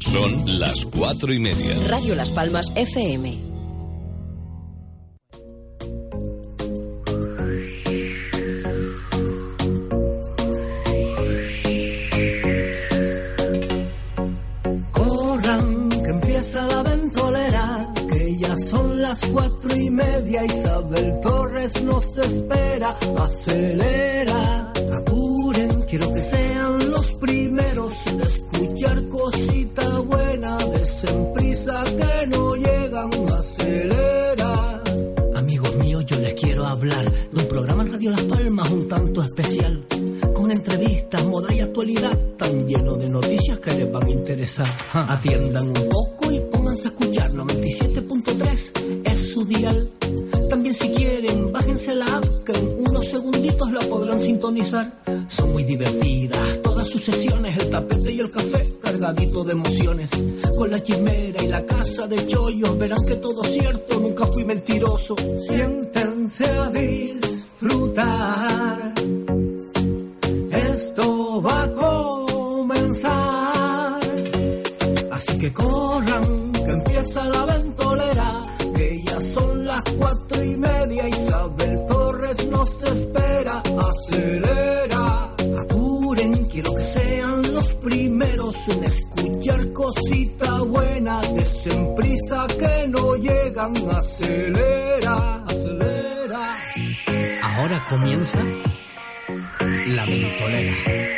Son las cuatro y media. Radio Las Palmas FM. Corran, que empieza la ventolera, que ya son las cuatro y media. Isabel Torres nos espera, acelera, apuren, quiero que sean los primeros en escuchar cosita buena. Desemprisa que no llegan, acelera. Amigos míos, yo les quiero hablar de un programa en Radio Las Palmas un tanto especial, con entrevistas, moda y actualidad, tan lleno de noticias que les van a interesar. Atiendan un poco y pónganse a escuchar 97.3 es su dial. También si quieren, bájense la app que en unos segunditos la podrán sintonizar. Son muy divertidas todas sus sesiones, el tapete y el café cargadito de emociones. Con la chimera y la casa de chollos verán que todo es cierto, nunca fui mentiroso. Siéntense a disfrutar. Esto va a comenzar. Así que corran, que empieza la ventolera, que ya son las cuatro y media. Isabel Torres nos espera, acelera. Apuren, quiero que sean los primeros en escuchar cosita buena. Desen prisa que no llegan, acelera, acelera. Ahora comienza la ventolera.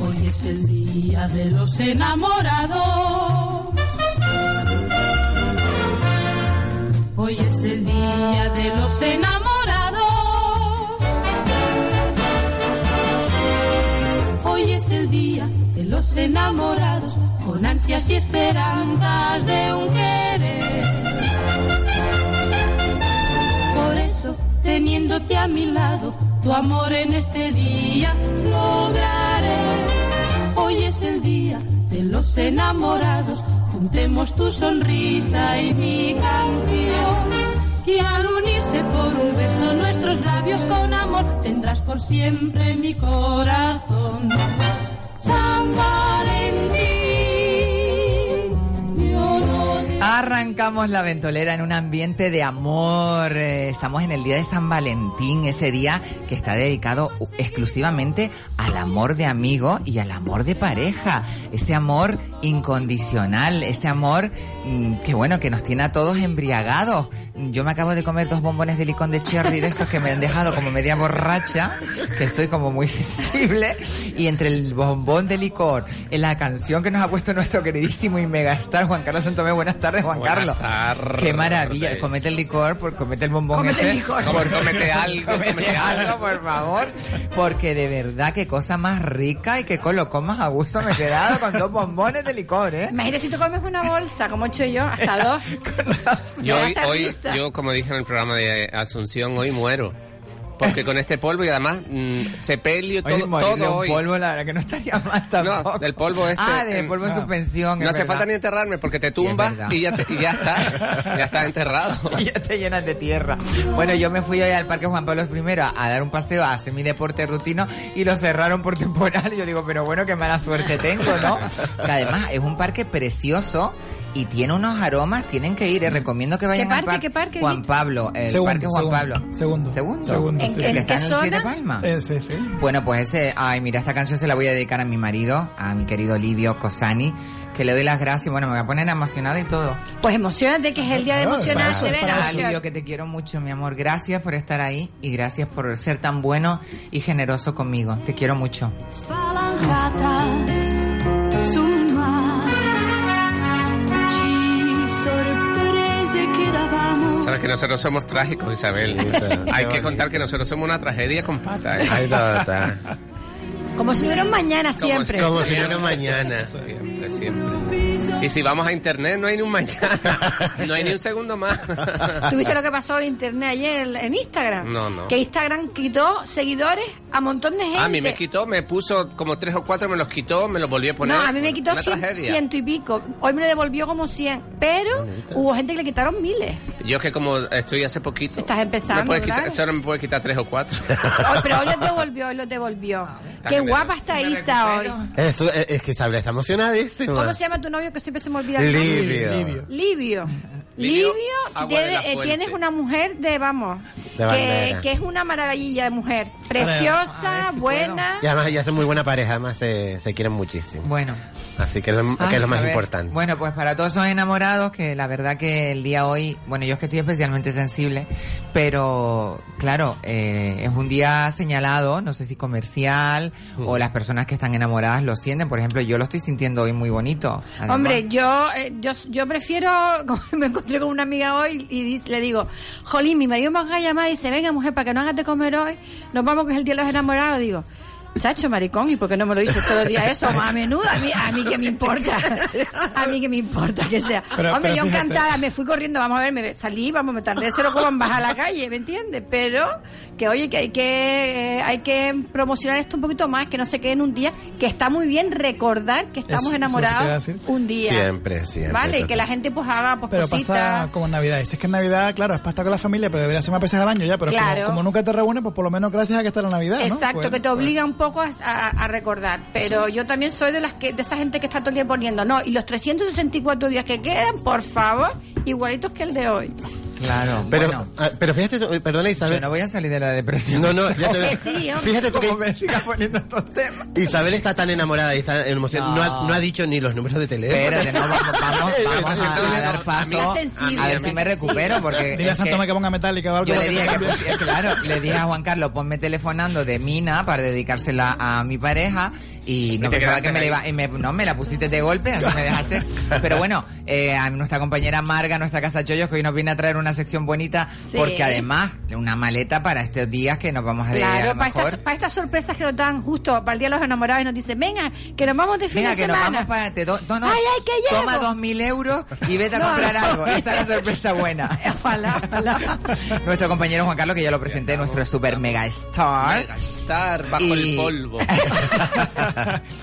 Hoy es el día de los enamorados. Hoy es el día de los enamorados. Hoy es el día de los enamorados, con ansias y esperanzas de un querer. Por eso, teniéndote a mi lado, tu amor en este día lograré. Hoy es el día de los enamorados, juntemos tu sonrisa y mi canción. Y al unirse por un beso nuestros labios con amor, tendrás por siempre mi corazón. San Valentín, yo no te- Arrancamos la ventolera en un ambiente de amor. Eh, Estamos en el día de San Valentín, ese día que está dedicado u- exclusivamente al amor de amigo y al amor de pareja. Ese amor incondicional, ese amor mm, que bueno, que nos tiene a todos embriagados. Yo me acabo de comer dos bombones de licón de cherry de esos que me han dejado como media borracha, que estoy como muy sensible. Y entre el bombón de licor, en la canción que nos ha puesto nuestro queridísimo y megastar Juan Carlos Santomé, buenas tardes Juan Buenas Carlos. tardes. Qué maravilla, comete el licor, por, comete el bombón Cómete ese. el licor. Como cómete algo, Cómete algo, por favor, porque de verdad qué cosa más rica y qué colocó más a gusto me he quedado con dos bombones de licor, ¿eh? Imagínate si tú comes una bolsa, como he hecho yo, hasta dos. Con razón. Yo Me da hoy, hasta hoy- risa. yo como dije en el programa de Asunción, hoy muero. Porque con este polvo y además mm, sepelio Oye, todo, morir de todo un hoy. polvo, la verdad que no estaría mal tampoco. No, del polvo este. Ah, de Mm, polvo en no. suspensión. No es hace verdad. falta ni enterrarme porque te es tumbas verdad. y, ya te- y ya está. Ya está enterrado. Y ya te llenas de tierra. Bueno, yo me fui hoy al Parque Juan Pablo I a, a dar un paseo, a hacer mi deporte rutino y lo cerraron por temporal. Y yo digo, pero bueno, qué mala suerte tengo, ¿no? Que además es un parque precioso y tiene unos aromas, tienen que ir. eh, recomiendo que vayan al parque, qué parque, Juan Víctor? Pablo, el Segundo, Parque Juan segundo, Pablo. segundo, Segundo. segundo, ¿En- sí. El en que qué está en el Siete zona? Palmas. Ese, Eh, sí. Bueno, pues ese, ay, mira, esta canción se la voy a dedicar a mi marido, a mi querido Livio Cosani, que le doy las gracias. Bueno, me voy a poner emocionada y todo. Pues emocionate, que es el día de Ah, para emocionarse. eso, Ven, para Ah, eso. Asher. Livio, que te quiero mucho, mi amor. Gracias por estar ahí y gracias por ser tan bueno y generoso conmigo. Te quiero mucho. Spalancata sul mare, ci sorprese che eravamo. Sabes que nosotros somos trágicos, Isabel. Hay que contar que nosotros somos una tragedia con patas. ¿eh? Ahí está, está. Como si no hubiera un mañana siempre. Como si fuera mañana. Siempre, siempre. Y si vamos a internet, no hay ni un mañana. No hay ni un segundo más. ¿Tuviste lo que pasó en internet ayer en- en Instagram? No, no. Que Instagram quitó seguidores a montón de gente. Ah, A mí me quitó, me puso como tres o cuatro, me los quitó, me los volvió a poner. No, a mí me quitó Una cien- tragedia. ciento y pico. Hoy me lo devolvió como 100. Pero hubo gente que le quitaron miles. Yo es que como estoy hace poquito. Estás empezando, me puedes quitar- claro. Solo me puede quitar tres o cuatro. Hoy- pero hoy los devolvió, hoy los devolvió. Qué Ah, Está guapa está Isa hoy. Eso, eh, es, es que Isabel está emocionadísima. ¿Cómo se llama tu novio que siempre se me olvida? el nombre? Livio. Livio. Livio. Livio, Livio, tiene- agua de la eh, fuente. tienes una mujer de, vamos, De que, bandera. que es una maravilla de mujer. A Preciosa, ver si buena. Y además, ya son muy buena pareja, además se, se quieren muchísimo. Bueno. Así que es lo, que es Ay, lo Ah, a más ver. importante. Bueno, pues para todos esos enamorados, que la verdad que el día hoy, bueno, yo es que estoy especialmente sensible, pero claro, eh, es un día señalado, no sé si comercial Mm. o las personas que están enamoradas lo sienten. Por ejemplo, yo lo estoy sintiendo hoy muy bonito. además. Hombre, yo, eh, yo yo prefiero, como me encontré con una amiga hoy y dis- le digo, Jolín, mi marido me va a llamar y dice, venga mujer, para que no hagas de comer hoy, nos vamos que es el día de los enamorados. Digo, chacho, maricón, ¿y por qué no me lo dices todo el día eso? A menudo, a mí, a mí que me importa, a mí que me importa que sea. Pero- Hombre, yo pero fíjate. encantada, me fui corriendo, vamos a ver, me salí, vamos, me tardé cero coma en bajar a la calle, ¿me entiendes? Pero que oye, que hay que, eh, hay que promocionar esto un poquito más, que no se quede en un día, que está muy bien recordar que Eso- estamos eso es lo que te iba a enamorados decir. un día. Siempre, siempre. Vale, que la total. gente pues haga pues, Pero cositas. pasa como en Navidad. Si es que en Navidad, claro, es para estar con la familia, pero debería ser más veces al año ya. Pero como- Claro. como, nunca te reúnes, pues por lo menos gracias a que está la Navidad. ¿no? Exacto, Pues- que te obliga un poco a, a- a recordar. Pero yo también soy de las que de esa gente que está todo el día poniendo. No, y los 364 días que quedan, por favor, igualitos que el de hoy. Claro, Pero, bueno. ah, pero fíjate, tú- perdona Yo Isabel. no voy a salir de la depresión. No, no, ya te Que sí, hombre. Fíjate tú Como que me sigas poniendo estos temas. Isabel está tan enamorada y está emocionada. No. No. ha, no ha dicho ni los números de teléfono. Espérate, no, vamos, vamos, vamos a, a dar paso. Está sensible, A ver está si me sensible. recupero, porque. Dile a es Santoma que, que ponga metálica o algo. yo para le que dije te que, cambie. pues, claro, le dije a Juan Carlos, ponme telefonando de Mina para dedicársela a mi pareja y no Y te pensaba que quedaste me la ahí. iba, y me- no, me la pusiste de golpe, así me dejaste. Pero bueno, eh, a nuestra compañera Marga, nuestra casa Chollos, que hoy nos viene a traer una sección bonita, Sí. porque además, una maleta para estos días que nos vamos a dedicar. Claro, para estas, para estas sorpresas que nos dan justo para el día de los enamorados y nos dicen, venga, que nos vamos de fin Venga, de que nos semana. vamos para... Te do- no, no, Ay, ay, que llevo. toma dos mil euros y vete a No, comprar no. algo. Esa es la sorpresa buena. Ojalá, ojalá. nuestro compañero Juan Carlos, que ya lo presenté, nuestro super mega star. Estar bajo Y- el polvo.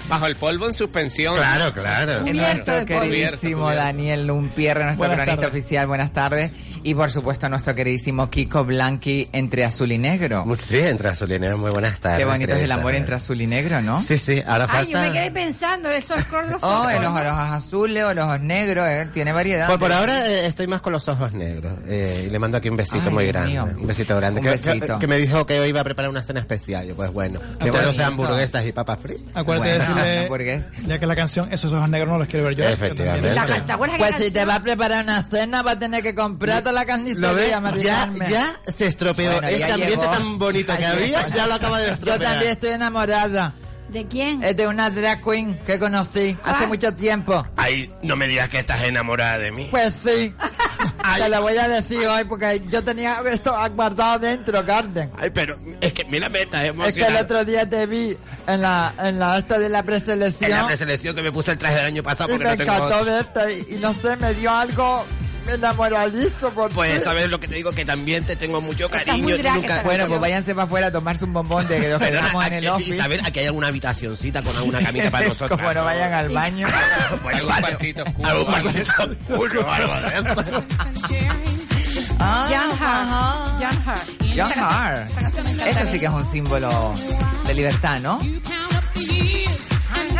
Bajo el polvo en suspensión. Claro, claro. En Cubierto nuestro de polvo. queridísimo Cubierto, Daniel Lumpierre, nuestro Buenas cronista tardes. oficial, buenas tardes. Y por supuesto nuestro queridísimo Kiko Blanqui entre azul y negro. Sí, entre azulineras, muy buenas tardes. Qué bonito es el Teresa. amor entre azul y negro, ¿no? eh. Sí, sí, ahora Ay, yo falta... me quedé pensando, esos con los O ojos. en los ojos azules o los ojos negros, eh, tiene variedad. Por, por ahora eh, estoy más con los ojos negros. eh, y le mando aquí un besito Ay, muy Dios grande. mío. Un besito grande. Un que, besito. Que, que me dijo que hoy iba a preparar una cena especial. Yo, pues bueno. Que bueno bonito. sean hamburguesas y papas fritas. Acuérdate Bueno, de no, porque- decirle, Eh, ya que la canción Esos ojos negros no los quiero ver yo. Efectivamente. La ¿te acuerdas que Pues si te canción? va a preparar una cena, va a tener que comprar toda la ¿Lo ves? carnicería, Mari Ya, Carmen. ya se estropeó. Bueno, este ya ambiente llegó. tan bonito que Ahí había, llegó. ya lo acaba de Yo estropear. también estoy enamorada. ¿De quién? Es de una drag queen que conocí hace Ah. mucho tiempo. Ay, no me digas que estás enamorada de mí. Pues sí. Te lo voy a decir hoy porque yo tenía esto guardado dentro, Garden. Ay, pero es que mira, me estás Es que el otro día te vi en la, en la esta de la preselección. preselección que me puse el traje del año pasado y me encantó verte y, y no sé, me dio algo enamoradizo por ti. Pues, sabes lo que te digo, que también te tengo mucho Estás muy drag, estás Bueno, pues váyanse para afuera a tomarse un bombón de que los Perdona, quedamos en aquí- el office. Isabel, aquí hay alguna habitacioncita con alguna camita para nosotros. Como no vayan al baño. Bueno, Algún vaya. cuartito oscuro. Algún cuartito oscuro, algo de eso. Jan Hart. Jan Hart. John Hart. Ah, Esto sí que es un símbolo de libertad, ¿no?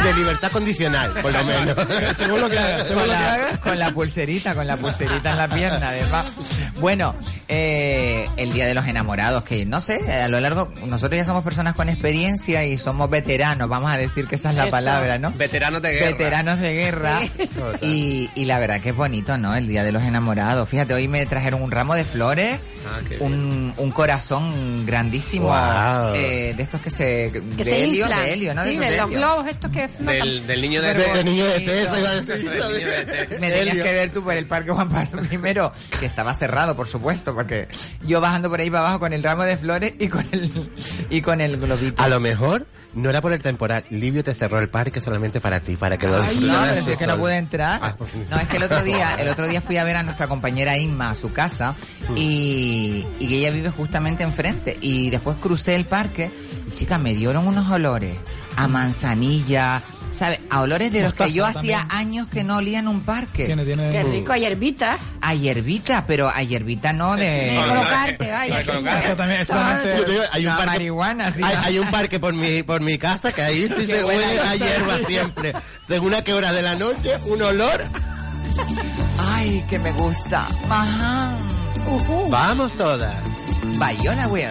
De libertad condicional, por lo menos. Según lo que haga, según Con lo que haga. la, con la pulserita, con la pulserita en la pierna, además. Bueno, eh, el Día de los Enamorados, que no sé, a lo largo, nosotros ya somos personas con experiencia y somos veteranos, vamos a decir que esa es la Eso. palabra, ¿no? Veteranos de guerra. Veteranos de guerra. Y, y la verdad que es bonito, ¿no? El Día de los Enamorados. Fíjate, hoy me trajeron un ramo de flores, Ah, qué bien. un, un corazón grandísimo, Wow. eh, de estos que se... Que de se helio, inflan. de helio, ¿no? Sí, esos de los helio. globos estos que flotan. Del, del niño de De, de niño de bonito. té, eso iba a decir. De niño de té. Me tenías Helio. que ver tú por el Parque Juan Pablo I, que estaba cerrado, por supuesto, porque yo bajando por ahí para abajo con el ramo de flores y con el, y con el globito. A lo mejor no era por el temporal. Libio te cerró el parque solamente para ti, para que lo No, disfrutaras. pero si es tú que no solo. pude entrar. Ah. No, es que el otro día, el otro día fui a ver a nuestra compañera Inma a su casa y, y ella vive justamente enfrente. Y después crucé el parque y chicas, me dieron unos olores a manzanilla, ¿sabes? A olores de los que Mostaza yo hacía también. años que no olía en un parque. Tiene, Qué tiene. rico, hay hierbitas. A hierbita, pero a hierbita no de... De no, no, colocarte, no, vaya. no, no, no, Esa también, esa también Yo te- te digo, hay un La parque. marihuana, sí. hay, hay un parque por mi, por mi casa que ahí sí se huele a hierba siempre. Según a qué hora de la noche, un olor. Ay, que me gusta. Ajá. Vamos todas. Viola Will.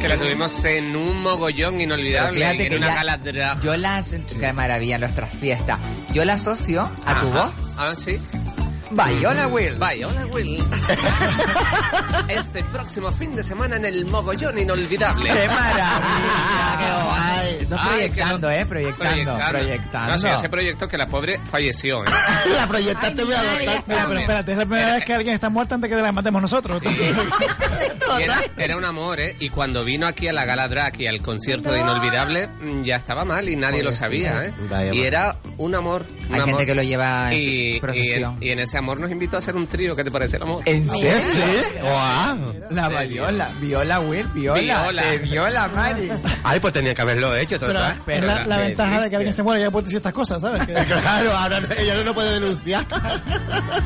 Que la tuvimos en un mogollón inolvidable. Pero en una gala drag. yo la qué maravilla nuestras fiestas. Yo la asocio a tu Ajá. voz. Ah, sí. Viola Will. Bye, hola Will. este próximo fin de semana en el mogollón inolvidable. Qué maravilla. Qué guay. Estás Ay, proyectando, que no- eh, proyectando, proyectando. No, señor, se proyectó que la pobre falleció. ¿eh? La proyectaste, Ay, me madre, adoptaste. Mira, pero espérate, es la primera vez que alguien está muerto antes que la matemos nosotros. Y Era, era un amor, ¿eh? Y cuando vino aquí a la Gala Drag y al concierto de Inolvidable, mm, ya estaba mal y nadie lo sabía, ¿eh? Vaya, Y vaya. era un amor. un Hay gente amor. que lo lleva en y, procesión. Y en, y en ese amor nos invitó a hacer un trío. ¿Qué te parece el amor? ¿En Sí, serio? sí. Wow. La Viola, Viola Will, Viola, Viola. te Viola Mari. Ay, pues tenía que haberlo hecho, Pero, total. es la, la Qué ventaja de que alguien se muera ya puede decir estas cosas, ¿sabes? Que- Claro, ahora no- ella no lo puede denunciar.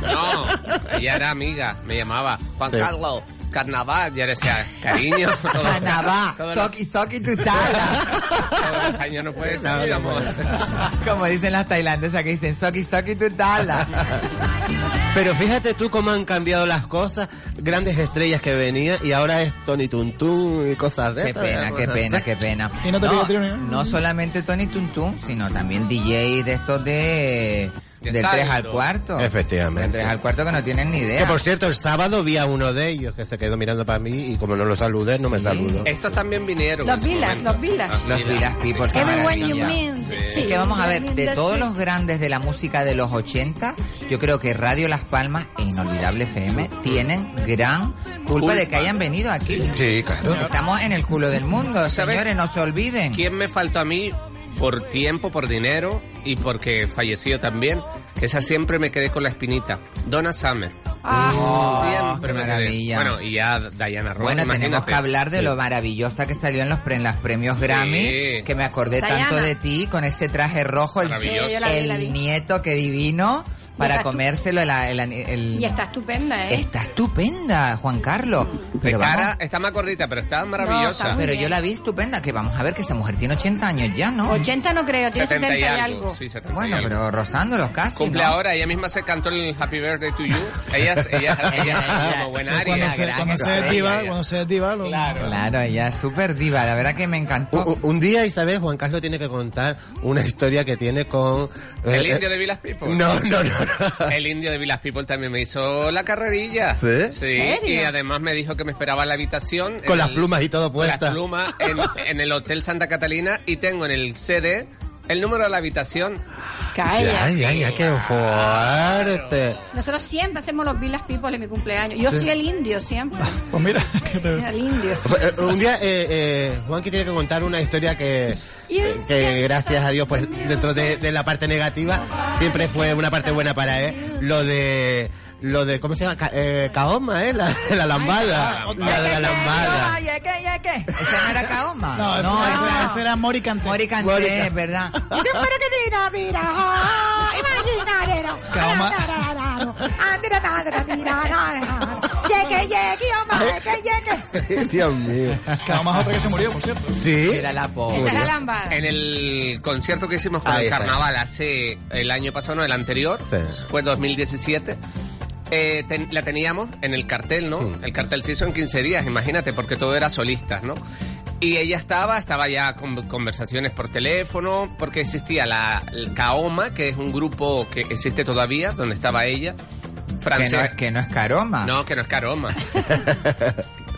No, ella era amiga, me llamaba Juan Sí. Carlos. Carnaval, ya decía, cariño. todo- Canabá, todos los- soki soki tu tala. todos los años no puede ser, No, mi no amor. Como dicen las tailandesas que dicen soki soki tu tala. Pero fíjate tú cómo han cambiado las cosas. Grandes estrellas que venían y ahora es Tony Tuntún y cosas de Qué esas. ¿eh? pena, qué pena, qué pena. Y no te pidió trío ni nada. no solamente Tony Tuntún, sino también DJ de estos de... De Del 3 al salto. cuarto. Efectivamente. Del 3 al cuarto que no tienen ni idea. Que por cierto, el sábado vi a uno de ellos que se quedó mirando para mí y como no lo saludé, no me saludó. Eh, Estos también vinieron. Los en su Vilas, momento. los Vilas. Ah, Los Vilas People, qué Everyone you maravilla. mean. Así que vamos a ver, de todos los grandes de la música de los 80, yo creo que Radio Las Palmas e Inolvidable FM tienen gran culpa de que hayan venido aquí. Sí, claro. Estamos en el culo del mundo, ¿Sabes? señores, no se olviden. ¿Quién me faltó a mí por tiempo, por dinero y porque falleció también? que esa siempre me quedé con la espinita. Donna Summer. Ah. siempre me qué quedé. maravilla. Bueno, y ya Diana Ross. Bueno, tenemos imagínate. que hablar de lo maravillosa que salió en los, pre- en las premios Grammy, Sí. que me acordé Diana. tanto de ti con ese traje rojo, el, Maravillosa. Sí, yo la vi, la el vi. nieto que divino para está estu- comérselo. la- el- el- Y está estupenda, ¿eh? Está estupenda, Juan Carlos. De Pero, cara, vamos- está más gordita, pero está maravillosa. está muy- pero bien. yo la vi estupenda, que vamos a ver que esa mujer tiene 80 años ya, ¿no? 80 no creo, tiene 70, y algo. Sí, 70 y Bueno, algo. pero rozándolos casi. Cumple ¿no? ahora, ella misma se cantó el Happy Birthday to You. Ella, ella, ella, Ella- como buena ella- aria. Cuando Ariana se, Grande, cuando se claro, es diva, ella- cuando se es diva, lo- Claro. Claro, ella es súper diva, la verdad que me encantó. Un, un- un día, Isabel, Juan Carlos tiene que contar una historia que tiene con... El eh, indio eh, de Villas People. No, no, no. no. El indio de Villas People también me hizo la carrerilla. ¿Sí? y además me dijo que me esperaba en la habitación. Con en las el- plumas y todo Con las puestas. plumas en, en el Hotel Santa Catalina y tengo en el CD el número de la habitación. Calla. Ay, ay, ay, qué fuerte. Nosotros siempre hacemos los Villas People en mi cumpleaños. Yo soy el indio siempre. Pues mira, qué re- Mira, el indio. Eh, eh, Un día, eh, eh, Juanqui tiene que contar una historia que, eh, que gracias a Dios, pues dentro de, de la parte negativa, siempre fue una parte buena para él. Lo de, lo de ¿cómo se llama? Ca- eh, Caoma, ¿eh? La, la lambada. La de la lambada. Ay, ¿qué, qué, qué? Esa no era Kaoma. No, ese, ese- esa- ese era Mori Canté. Mori Canté, Mori- ¿verdad? Kaoma. Dios mío. Kaoma es otra que se murió, por cierto. Sí. Era la pobre. Esa es la lambada. En el concierto que hicimos con Ahí el está. carnaval hace el año pasado, no, el anterior, Sí. fue 2017. eh, ten- la teníamos en el cartel, ¿no? Hmm. El cartel se hizo en 15 días, imagínate, porque todo era solistas, ¿no? Y ella estaba, estaba ya con conversaciones por teléfono, porque existía la el Kaoma, que es un grupo que existe todavía, donde estaba ella, Que no, francés. es- que no es Caroma. No, que no es Caroma.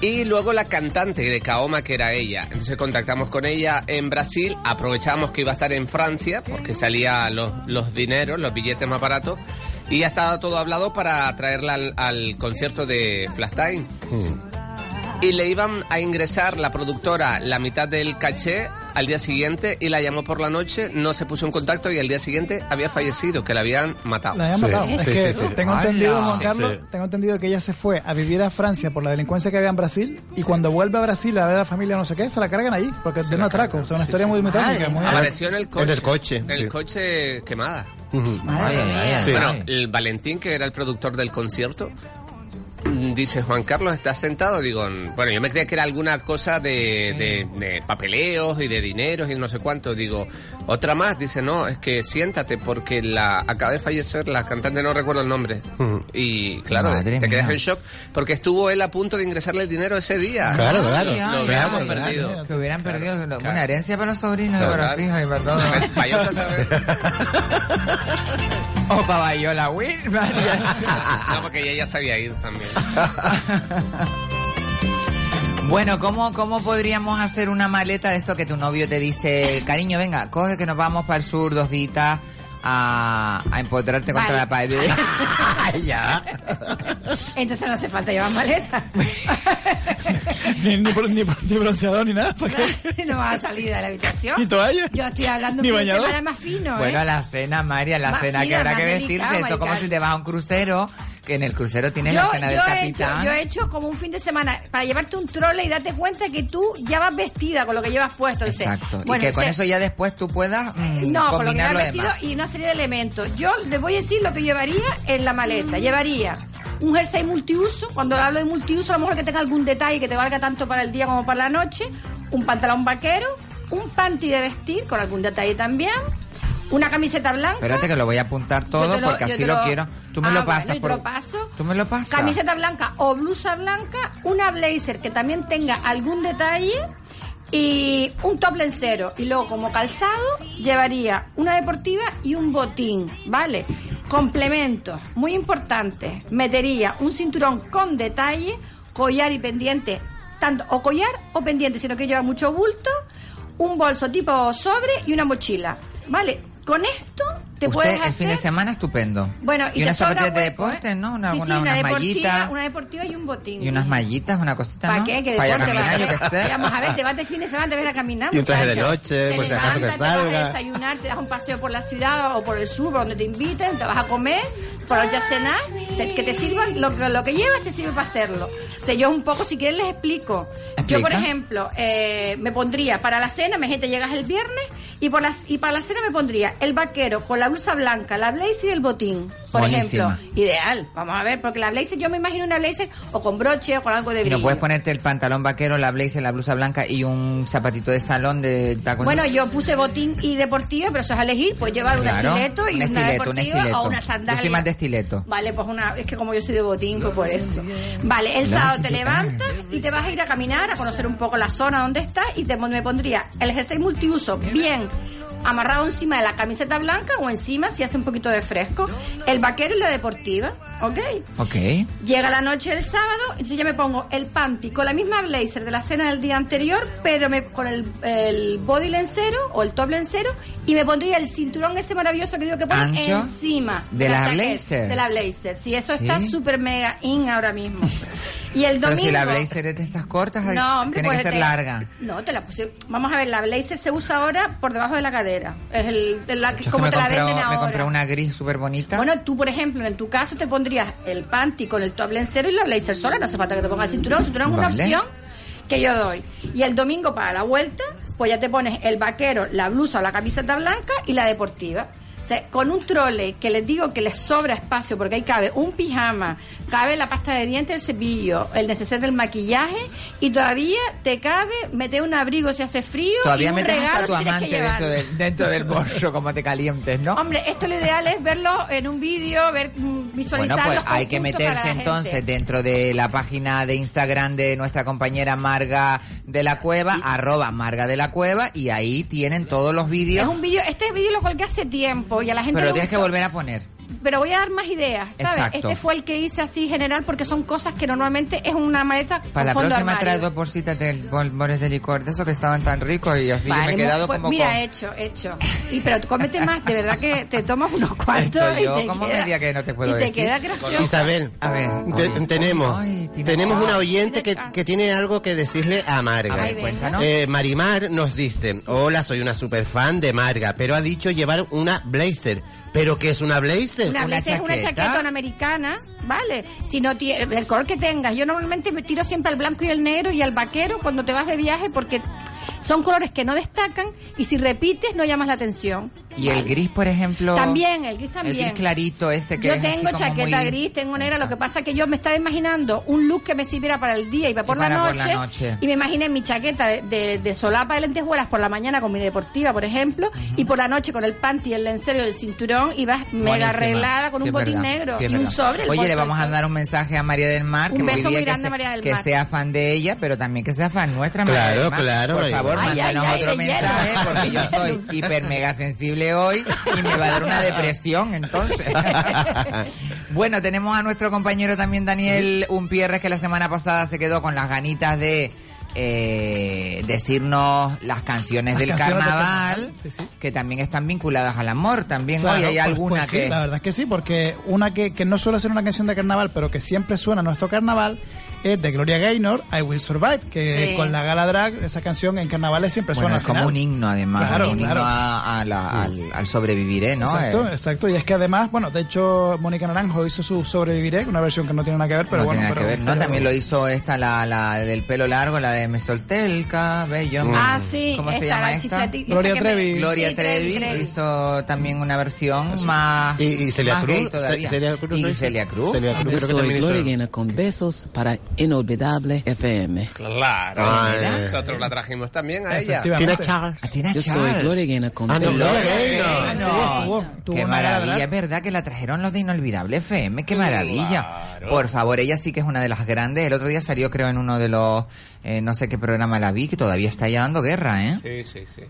Y luego la cantante de Kaoma, que era ella. Entonces contactamos con ella en Brasil, aprovechamos que iba a estar en Francia, porque salía los, los dineros, los billetes más baratos, y ya estaba todo hablado para traerla al, al concierto de Flash Time. Y le iban a ingresar la productora la mitad del caché al día siguiente y la llamó por la noche, no se puso en contacto y al día siguiente había fallecido, que la habían matado. La habían Sí, matado. sí, es sí, que sí, sí. tengo Ala. entendido, Juan Sí, Carlos, sí. tengo entendido que ella se fue a vivir a Francia por la delincuencia que había en Brasil y cuando vuelve a Brasil a ver a la familia no sé qué, se la cargan ahí porque es de un atraco. O sea, una historia muy metálica. Muy... Apareció en el coche. En el coche, En el sí. coche quemada. Ujú. Ay, ay, ay, Sí. ay. Bueno, el Valentín, que era el productor del concierto, mm, dice, Juan Carlos, ¿estás sentado? Digo, "Mm, bueno, yo me creía que era alguna cosa de, de- de papeleos y de dineros y no sé cuánto. Digo, otra más. Dice, no, es que siéntate porque la acaba de fallecer la cantante, no recuerdo el nombre. Y claro, Madre te quedas mía. en shock porque estuvo él a punto de ingresarle el dinero ese día. Claro, claro. Ay, ay, Lo ay, hubiéramos ay, perdido. Que hubieran Claro, perdido una claro. herencia para los sobrinos, y para los hijos y para todos. Para yo no saber. o para Bayola Wilman. No, porque ella ya se había ido también. Bueno, ¿cómo, ¿cómo podríamos hacer una maleta de esto que tu novio te dice, cariño, venga, coge que nos vamos para el sur dos ditas a, a empotrarte contra la Vale. pared? ya. Entonces no hace falta llevar maleta. ni, ni bron- ni bron- ni bronceador ni nada. pues. ¿para qué? no vas a salir de la habitación. Ni toalla. Yo estoy hablando Ni de bañador. semana más fino, Bueno, ¿eh? a la cena, María, a la Más cena que fina, habrá más que delicada, vestirse. Eso como Maricar. si te vas a un crucero, que en el crucero tienes Yo, la cena del yo he hecho, capitán. yo he hecho como un fin de semana para llevarte un trole y date cuenta que tú ya vas vestida con lo que llevas puesto. Dices, Exacto. bueno, y que con este- eso ya después tú puedas mm, No, con lo que combinar llevas lo vestido demás. y una serie de elementos. Yo les voy a decir lo que llevaría en la maleta. Llevaría un jersey multiuso. Cuando hablo de multiuso, a lo mejor que tenga algún detalle que te valga tanto para el día como para la noche. Un pantalón vaquero. Un panty de vestir con algún detalle también. Una camiseta blanca. Espérate que lo voy a apuntar Yo todo te lo- porque yo así te lo, quiero. Tú me Ah, lo bueno, pasas. yo te por- lo paso. Tú me lo pasas. Camiseta blanca o blusa blanca, una blazer que también tenga algún detalle y un top lencero. Y luego, como calzado, llevaría una deportiva y un botín, ¿vale? Complementos, muy importantes. Metería un cinturón con detalle, collar y pendiente, tanto o collar o pendiente, sino que lleva mucho bulto, un bolso tipo sobre y una mochila, ¿vale? Con esto te Usted, puedes el fin de hacer- semana estupendo. Bueno, y, y te unas sobra zapatillas de hueco, ¿eh? deporte, ¿no? Una, sí, sí, una, unas deportiva, mallitas una deportiva y un botín. y unas mallitas, una cosita, ¿Para ¿no? qué? ¿Qué Para ir a deporte caminar, vas a yo hacer? qué sé. Vamos a ver, te vas de fin de semana, te vas a caminar. Y un traje de muchachos. noche, Te por si acaso que levantas, te vas salga. a desayunar, te das un paseo por la ciudad o por el sur, por donde te inviten, te vas a comer, por la noche a cenar, se- que te sirvan, lo, que- lo que llevas te sirve para hacerlo. Sé yo un poco, si quieres les explico. Yo, por Explica. ejemplo, eh, me pondría para la cena, me gente llegas el viernes, y, por las, y para la cena me pondría el vaquero con la blusa blanca, la blazer y el botín, por Buenísima. ejemplo. Ideal, vamos a ver, porque la blazer, yo me imagino una blazer o con broche o con algo de Y brillo. no puedes ponerte el pantalón vaquero, la blazer, la blusa blanca y un zapatito de salón de tacón. Bueno, yo puse botín y deportiva, pero eso es elegir, pues llevar un Claro, estileto y un una estileto, un deportiva estileto. o una Yo sandalia. soy más de estileto. Vale, pues una, es que como yo soy de botín, pues por eso. Vale, el Claro, sábado sí te que levantas y te vas a ir a caminar, a conocer un poco la zona donde estás y te, me pondría el jersey multiuso bien amarrado encima de la camiseta blanca o encima si hace un poquito de fresco, el vaquero y la deportiva, ¿ok? Ok. Llega la noche del sábado, entonces ya me pongo el panty con la misma blazer de la cena del día anterior, pero me, con el, el body lencero o el top lencero y me pondría el cinturón ese maravilloso que digo que pones Ancho encima de la chaqueta, blazer. De la blazer, sí, eso Sí. está súper mega in ahora mismo. Y el Pero domingo... si la blazer es de esas cortas, No, hombre, tiene pues que ser te- larga. No, te la puse. Vamos a ver, la blazer se usa ahora por debajo de la cadera. Es el, de la, Yo es que como me te la compré- venden ahora. me compré una gris súper bonita. Bueno, tú, por ejemplo, en tu caso te pondrías el panty con el top lencero y la blazer sola. No hace falta que te pongas el cinturón. El cinturón es una Vale. opción que yo doy. Y el domingo para la vuelta, pues ya te pones el vaquero, la blusa o la camiseta blanca y la deportiva. O sea, con un trole que les digo que les sobra espacio porque ahí cabe un pijama, cabe la pasta de dientes, el cepillo, el neceser del maquillaje y todavía te cabe meter un abrigo si hace frío y Todavía un metes hasta regalo tu si tienes que amante dentro llevar. del, dentro del bolso, como te calientes, ¿no? Hombre, esto lo ideal es verlo en un vídeo, ver mm, Bueno, visualizar. pues los hay que conjuntos para meterse la gente. entonces dentro de la página de Instagram de nuestra compañera Marga de la Cueva, arroba Marga de la Cueva, y ahí tienen todos los Es vídeos, un vídeo, este vídeo lo colgué hace tiempo y a la gente pero le lo tienes que gustó. volver a poner. Pero voy a dar más ideas, ¿sabes? Exacto. Este fue el que hice así general porque son cosas que normalmente es una maleta con Para la fondo próxima armario. trae dos bolsitas de bolbones de licor, de esos que estaban tan ricos, y así yo Vale, me he quedado pues, como mira, con... hecho, hecho. Y pero tú cómete más, de verdad que te tomas unos cuantos Esto y yo te como queda, media que no te puedo y decir. te queda gracioso. Isabel, A ver. te- Uy, tenemos, ay, tiene- tenemos una oyente que, tiene- que tiene algo que decirle a Marga. A Ay, ver, venga. cuéntanos. Eh, Marimar nos dice, hola, soy una super fan de Marga, pero ha dicho llevar una blazer. ¿Pero qué es una blazer? Una, Una vez es una chaqueta. chaqueta una americana, ¿vale? Si no tie- el color que tengas. Yo normalmente me tiro siempre al blanco y el negro y al vaquero cuando te vas de viaje porque son colores que no destacan y si repites no llamas la atención. Y el gris, por ejemplo... También, el gris también. El gris clarito ese que Yo es así tengo como chaqueta muy- gris, tengo negra, lo que pasa que yo me estaba imaginando un look que me sirviera para el día y para, por, la para noche, por la noche. Y me imaginé mi chaqueta de, de- de solapa de lentejuelas por la mañana con mi deportiva, por ejemplo, y por la noche con el panty, el lencero y el cinturón y vas mega Buenísima. arreglada con Sí, un es botín verdad. negro Sí, es y un verdad. sobre. el Oye, le bolso vamos a del dar un mensaje a María del Mar. Un que me beso diría muy grande que a María del que Mar. sea fan de ella, pero también que sea fan nuestra. María Claro, del Mar. claro, Por María favor, del Mar. Ay, ay, mándanos ay, otro de hielo. mensaje porque yo estoy hiper mega sensible hoy y me va a dar una depresión entonces. bueno, tenemos a nuestro compañero también Daniel Umpierres que la semana pasada se quedó con las ganitas de... eh, decirnos las canciones Las del canciones del carnaval, carnaval, sí, sí. que también están vinculadas al amor también Claro, hoy hay pues- alguna pues sí, que la verdad es que sí, porque una que, que no suele ser una canción de carnaval, pero que siempre suena en nuestro carnaval, es de Gloria Gaynor, I Will Survive, que Sí. con la gala drag, esa canción en carnavales siempre Bueno, suena es al como final. un himno además, Claro, un himno claro. a- a la- al, al sobreviviré, ¿no? Exacto, Eh, exacto. Y es que además, bueno, de hecho, Mónica Naranjo hizo su Sobreviviré, una versión que no tiene nada que ver, pero no bueno. tiene nada pero- que ver, ¿no? pero- También lo hizo esta, la, la del pelo largo, la de Me solté el cabello. Ah, sí. ¿Cómo esta, se llama la esta? chiflati- esa Gloria que Trevi. Gloria Sí, Trevi, hizo también una versión más. Y, y Celia más Cruz. gay todavía. Ce- Celia Cruz. ¿no? Y Celia Cruz. Celia Cruz creo que Soy también hizo- Gloria Gaynor con besos para Inolvidable FM. Claro. Ah, eh. Nosotros la trajimos también a ella. Efectivamente. Tina Charles. Ah, Tina Yo soy Charles. Gloria Gaynor con Ah, no, besos. Gloria Ah, Gaynor. no. Tuvo- tuvo qué una gala maravilla, drag. es verdad que la trajeron los de Inolvidable FM, qué maravilla. Claro. Por favor, ella sí que es una de las grandes. El otro día salió, creo, en uno de los, eh, no sé qué programa la vi, que todavía está ya dando guerra, ¿eh? Sí, sí, sí.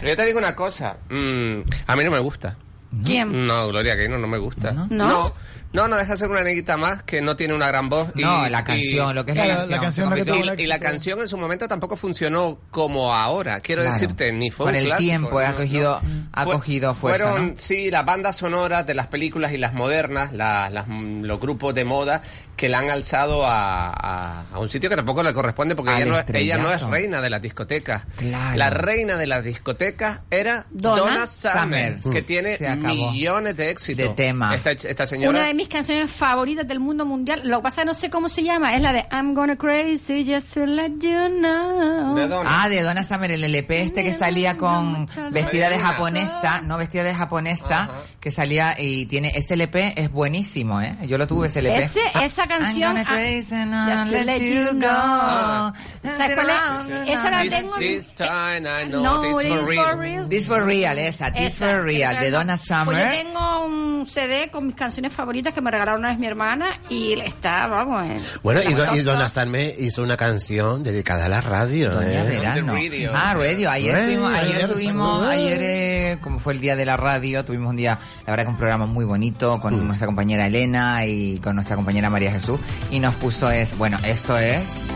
Pero yo te digo una cosa. mm, a mí no me gusta. ¿Quién? No, Gloria Gaynor no me gusta. ¿No? ¿No? no, no, no deja de ser una neguita más que no tiene una gran voz. y- No, la y- canción, lo que es la Claro, canción. la canción se la que convirtió- tuvo Y, y la canción en su momento tampoco funcionó como ahora. Quiero Claro. decirte, ni fue Con un el clásico, tiempo ha cogido- ha Fue- cogido fuerza, Fueron, ¿no? sí, las bandas sonoras de las películas y las modernas, la- las- los grupos de moda que la han alzado a, a- a un sitio que tampoco le corresponde porque Al ella no, es- ella no es estrellato. reina de las discotecas. Claro. La reina de las discotecas era Donna Donna, Summer, Summer. que Uf, tiene se acabó. millones de éxitos. De tema. Esta, esta señora. Una de mis canciones favoritas del mundo mundial. Lo que pasa es que no sé cómo se llama. Es la de I'm gonna crazy just to let you know. de Donna. Ah, de Donna Summer, el LP este que salía con vestida de japonesa, no vestida de japonesa, que salía y tiene ese LP, es buenísimo, ¿eh? Yo lo tuve ese LP. Ese- esa canción, I'm gonna ah, crazy and I'll just to let you go. know. ¿Sabes cuál es? Round and Esa la round. tengo en- This time I know no, it's for real. This for real, esa, This Esa, for real, esa de no. Donna Pues yo Summer. tengo un CD con mis canciones favoritas que me regalaron una vez mi hermana y está, vamos. en- Bueno, y, en do- top, y Donna top. Salme hizo una canción dedicada a la radio. Doña ¿eh? Verano. On the radio. Ah, radio. Ayer Radio, tuvimos, ayer, ayer. tuvimos, ayer eh, como fue el día de la radio, tuvimos un día, la verdad que un programa muy bonito con nuestra compañera Elena y con nuestra compañera María Jesús y nos puso es, bueno, esto es,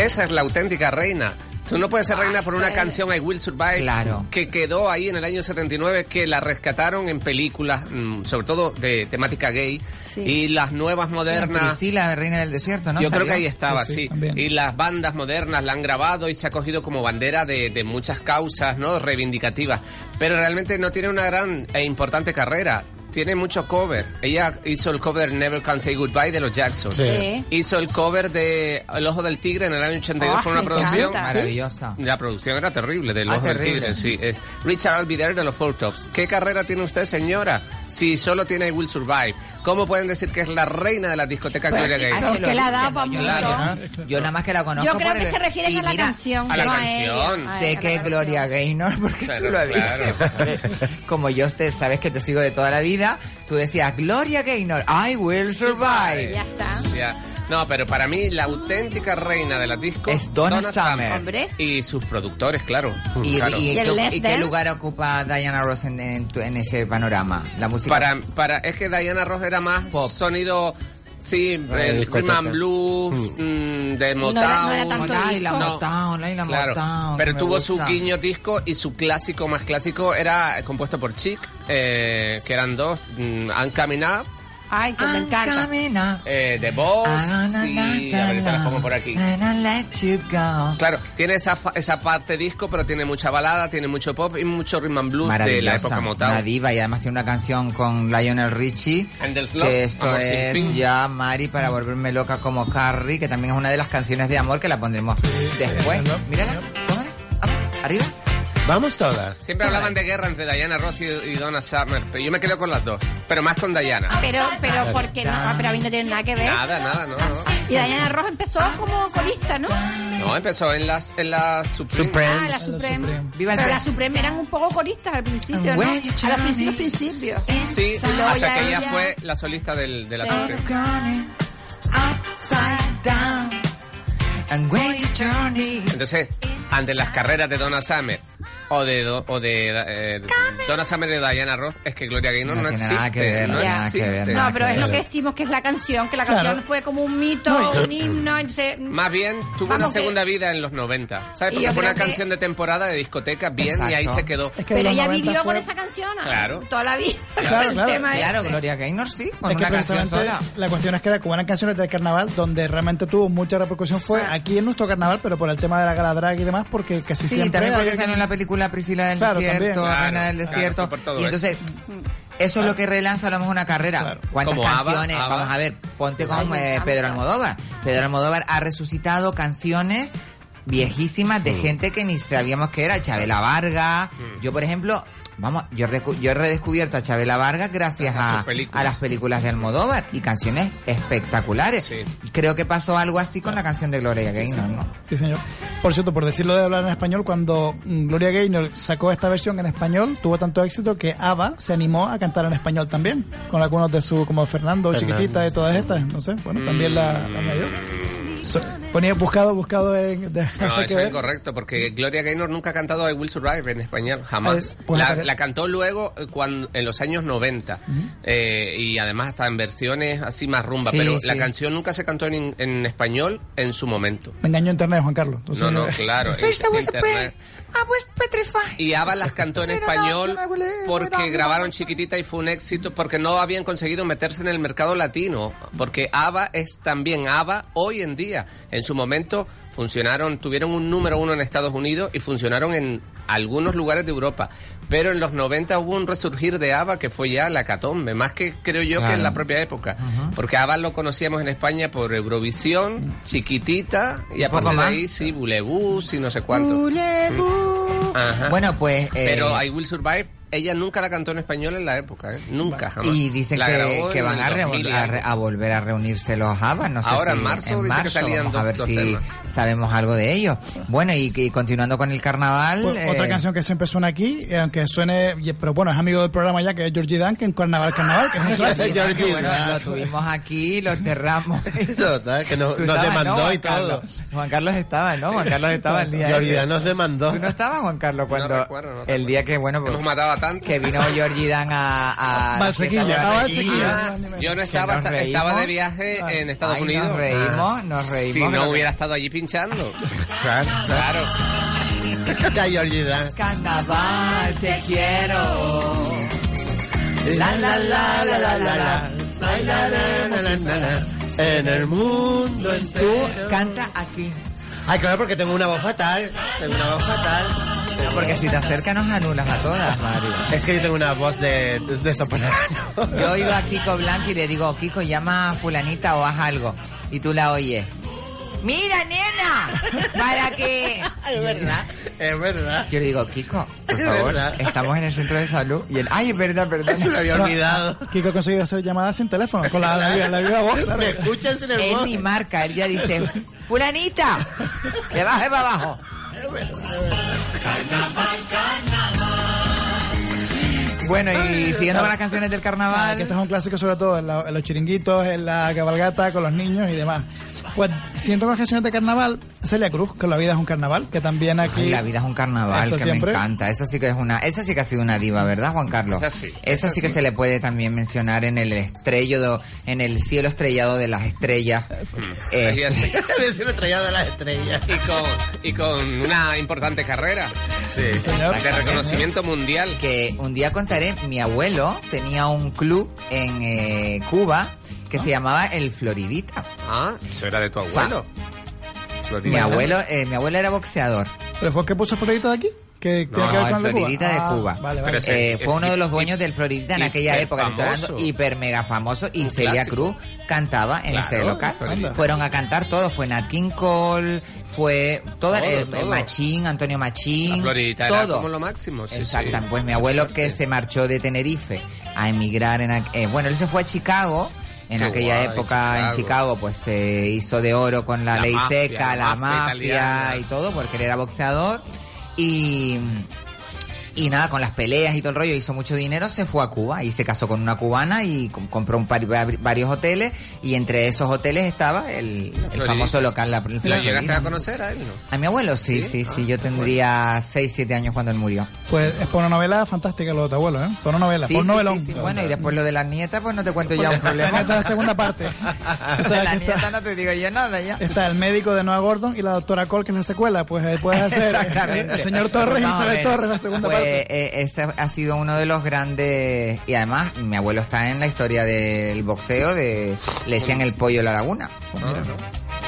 Esa es la auténtica reina. Tú no puedes ser reina por una canción I Will Survive Claro. que quedó ahí en el año 79, que la rescataron en películas, mm, sobre todo de temática gay, Sí. y las nuevas modernas. Priscila, reina del desierto, ¿no? Yo creo ¿Salió? que ahí estaba, Sí, sí, sí. también. Y las bandas modernas la han grabado y se ha cogido como bandera de, de muchas causas, ¿no? Reivindicativas. Pero realmente no tiene una gran e importante carrera. Tiene mucho cover. Ella hizo el cover Never Can Say Goodbye de los Jackson. Sí. Sí. Hizo el cover de El Ojo del Tigre en el año 82 Ah, con una me producción. encanta. Maravillosa. La producción era terrible del Ah, Ojo terrible. del Tigre, sí. Es Richard Alvider de los Four Tops. ¿Qué carrera tiene usted, señora? Si solo tiene I Will Survive. ¿Cómo pueden decir que es la reina de las discotecas Pero Gloria es que- Gaynor? Ah, Porque lo la dicen, da ¿no? pa' Yo la- mucho. yo no- Yo nada más que la conozco. Yo creo por que el- se refiere y a la mira, canción. A la no canción. ella. A Sé ella, que la Gloria canción. Gaynor, porque tú Claro, lo dices. claro. Como yo te, sabes que te sigo de toda la vida, tú decías, Gloria Gaynor, I will survive. Ya está. Ya. No, pero para mí la auténtica reina de la disco Es Donna Summer. Hombre. Y sus productores, claro. ¿Y, Claro. y- ¿Y el qué- Let's y qué Dance? lugar ocupa Diana Ross en, en tu- en ese panorama? La música. para, para, es que Diana Ross era más Pop. sonido, sí, Ah, el discoteca. rhythm and blues, mm, de No Motown. era- no era tanto Como Laila disco. Motown, Laila Claro, Motown, que pero me tuvo su gusta. guiño disco y su clásico más clásico era compuesto por Chic, eh, que eran dos, mm, Uncomin Up, Ay, que me I'm encanta. coming up. eh, The Boss Ah, na, y... na, a ver, na, te las pongo por na. aquí. And I'll let you go. Claro, tiene esa, fa- esa parte disco, pero tiene mucha balada, tiene mucho pop y mucho rhythm and blues de la época Maravillosa, una Motown. diva y además tiene una canción con Lionel Richie And there's love, que eso amor sin es fin. ya Mari para volverme loca como Carrie que también es una de las canciones de amor que la pondremos después mírala tómala up, arriba Vamos todas. Siempre hablaban de guerra entre Diana Ross y, y Donna Summer, pero yo me quedo con las dos, pero más con Diana. Pero, pero, porque no, ah, pero a mí no tiene nada que ver. Nada, nada, no, no. Y Diana Ross empezó como solista, ¿no? No, empezó en las, en las Supreme. Ah, Supreme. la Supreme. Supreme. Viva el Pero rey. la Supreme eran un poco coristas al principio, And ¿no? when you A los principios, journey- principios. Sí, Y luego hasta ya que ella ella- fue la solista del, de la Sí. Supreme. Turning upside down and when you turn it- Entonces, ante las carreras de Donna Summer o de, Do- o de eh, Donna Summer y de Diana Ross, es que Gloria Gaynor No no, tiene existe. nada que ver, no ya. nada que existe. ver, nada No, pero es lo que decimos que es la canción, que la Claro. canción fue como un mito, No, un himno, entonces, Más bien, tuvo Vamos, una que- segunda vida en los 90. ¿Sabes? Y Porque yo fue una creo que- canción de temporada de discoteca, bien, y ahí Exacto. se quedó. Es que de Pero los ella 90 vivió fue- con esa canción ¿no? Claro. toda la vida. Claro, el claro. tema es- claro Gloria Gaynor sí con Es que una canción precisamente sola la cuestión es que era como eran canciones del carnaval donde realmente tuvo mucha repercusión fue aquí en nuestro carnaval, pero por el tema de la gala drag y demás, porque casi Ah. Sí, siempre... también porque había- salió en la película Priscila del Claro, Desierto, también. Reina del Claro, Desierto. claro, por todo y entonces, mm, eso es lo que relanza a lo mejor una carrera. Claro. ¿Cuántas Como ABBA, canciones? ABBA. Vamos a ver, ponte con Ay, me eh, encanta. Pedro Almodóvar. Pedro Almodóvar ha resucitado canciones viejísimas Mm. de gente que ni sabíamos que era. Chabela Varga. Yo, por ejemplo... Vamos, yo, recu- yo he redescubierto a Chabela Vargas gracias A sus a, películas. a las películas de Almodóvar y canciones espectaculares. Sí. Creo que pasó algo así con la canción de Gloria Gaynor, ¿no? Sí, señor. Por cierto, por decirlo de hablar en español, cuando mm, Gloria Gaynor sacó esta versión en español, tuvo tanto éxito que ABBA se animó a cantar en español también, con algunos de su, como Fernando, Fernández. chiquitita, de todas estas. No sé, bueno, también la, la mayor. So- Ponía buscado, buscado en. de- No, que eso ver. es incorrecto, porque Gloria Gaynor nunca ha cantado I Will Survive en español, jamás. Ay, pues la, apare- la cantó luego eh, cuando, en los años 90, eh, y además hasta en versiones así más rumba, Sí, pero sí. la canción nunca se cantó en, en español en su momento. Me engañó internet, Juan Carlos. Entonces, No, no, claro. First I was internet. afraid, I was petrified. Y Ava las cantó en Pero no, español yo me volé, porque volé, grabaron volé. chiquitita y fue un éxito porque no habían conseguido meterse en el mercado latino. Porque Ava es también Ava hoy en día. En su momento funcionaron, tuvieron un número uno en Estados Unidos y funcionaron en algunos lugares de Europa. Pero en los 90 hubo un resurgir de Ava que fue ya la catombe, más que creo yo que en la propia época. Porque Ava lo conocíamos en España por Eurovisión, chiquitita y a poco partir de más. ahí sí, Bulebús y no sé cuánto. Ajá. Bueno, pues. eh, Ah. Pero I Will Survive, ella nunca la cantó en español en la época, ¿eh? Nunca, jamás. Y dicen La que, grabó que en van el a, reu- 2000 y a algo. re- a volver a reunirse los Java. No sé Ahora si en marzo dice que salían vamos a dos- ver dos si temas. sabemos algo de ellos. Bueno, y, y continuando con el carnaval. Pues, eh, Otra canción que siempre suena aquí, eh, aunque suene, y- pero bueno, es amigo del programa ya, que es Georgie Duncan, Carnaval, Carnaval, que es un clásico. que, Georgie bueno, Duncan. lo tuvimos aquí, lo enterramos. Total, "Ah, que nos, Tú nos estabas, demandó ¿no, y Juan todo. Carlos? Juan Carlos estaba, ¿no? Juan Carlos estaba el día Georgia ese. nos demandó. ¿Tú no estabas, Juan Carlos, cuando recuerdo, no te el día que, bueno, pues, Hemos matado a tantos. que vino Georgie Dan a... a Valsequilla. a Ah, Valsequilla. Ah, yo no estaba, nos esta- reímos. estaba de viaje en Estados Ay, Unidos. Ah, Nos reímos, nos reímos. Si pero no hubiera estado allí pinchando. Claro, Claro. Está Georgie Dan. Carnaval, te quiero. La la la la la la la. Na, na, na, na, na, na. En el mundo Tú entero. canta aquí. Ay, claro, porque tengo una voz fatal. Tengo una voz fatal. Porque si te acercas nos anulas a todas, Mario. Es que yo tengo una voz de, de, de soprano. Yo oigo a Kiko Blanco y le digo, Kiko, llama a fulanita o haz algo. Y tú la oyes. Mira, nena, para que... Es verdad, es verdad. Yo le digo, Kiko, por Es favor, verdad. estamos en el centro de salud. Y él, ay, es verdad, perdón. Se lo había olvidado. Kiko ha conseguido hacer llamadas sin teléfono, con la, la, la viva voz. claro. Me escuchan sin el Es voz. mi marca, él ya dice, fulanita, que baje para abajo. Bueno, y siguiendo con las canciones del Ah, que carnaval, este es un clásico sobre todo en, la- en los chiringuitos, en la cabalgata, con los niños y demás. Pues siento con las canciones de carnaval, Celia Cruz, que la vida es un carnaval, que también aquí... Ay, la vida es un carnaval Eso que siempre. me encanta. Eso sí que es una, esa sí que ha sido una diva, ¿verdad, Juan Carlos? Esa sí, Esa sí que se le puede también mencionar en el estrello, de- en el cielo estrellado de las estrellas. Eh, Y, así. Versión estrellada de las estrellas. Y con, y con una importante carrera Sí. Señor, de reconocimiento mundial. que un día contaré, mi abuelo tenía un club en eh, Cuba que se llamaba El Floridita. Ah, eso era de tu abuelo. Mi abuelo, eh, mi abuelo era boxeador. ¿Pero fue que puso Florita de aquí? Que No, tiene que ver el con el de Floridita de Ah, Cuba. vale, vale. Pero es- ese- Eh, fue uno de los dueños hip- del Florida en hip- aquella época, te estoy hablando, famoso. hiper mega famoso, y Un Celia clásico. Cruz cantaba en Claro, ese local. Floridita. Fueron a cantar todos, fue Nat King Cole, fue todo, Todo, eh, todo. Machín, Antonio La Machín, Floridita todo. era como lo máximo. sí, sí. Exactamente, pues mi abuelo que se marchó de Tenerife a emigrar en... aqu- eh, bueno, él se fue a Chicago. En Qué aquella guay, época en Chicago. Chicago pues se hizo de oro con la, La ley mafia, la seca, mafia la, mafia italiana. y todo, porque él era boxeador. Y, y nada, con las peleas y todo el rollo, hizo mucho dinero, se fue a Cuba y se casó con una cubana y com- compró un par- va- varios hoteles y entre esos hoteles estaba el, el Floridita. famoso local, la el ¿Lo Floridita. llegaste a Ah, conocer a él? No? A mi abuelo, sí, sí, sí, yo tendría 6, 7 años cuando él murió. Pues es por una novela fantástica lo de tu abuelo, ¿eh? Por una novela, Sí, por sí, novelón. sí, sí. Bueno, y después lo de las nietas, pues no te cuento ya un La problema. neta de la segunda parte. Tú De sabes que las está, nietas no te digo yo nada ya. está el médico de Noah Gordon y la doctora Cole, que es la secuela. Pues ahí puedes hacer eh, Exactamente. el señor Torres y Vamos a Isabel ver. Torres, la segunda Pues, parte. eh, ese ha sido uno de los grandes. Y además, mi abuelo está en la historia del boxeo de. Le decían el pollo de la laguna. Ah,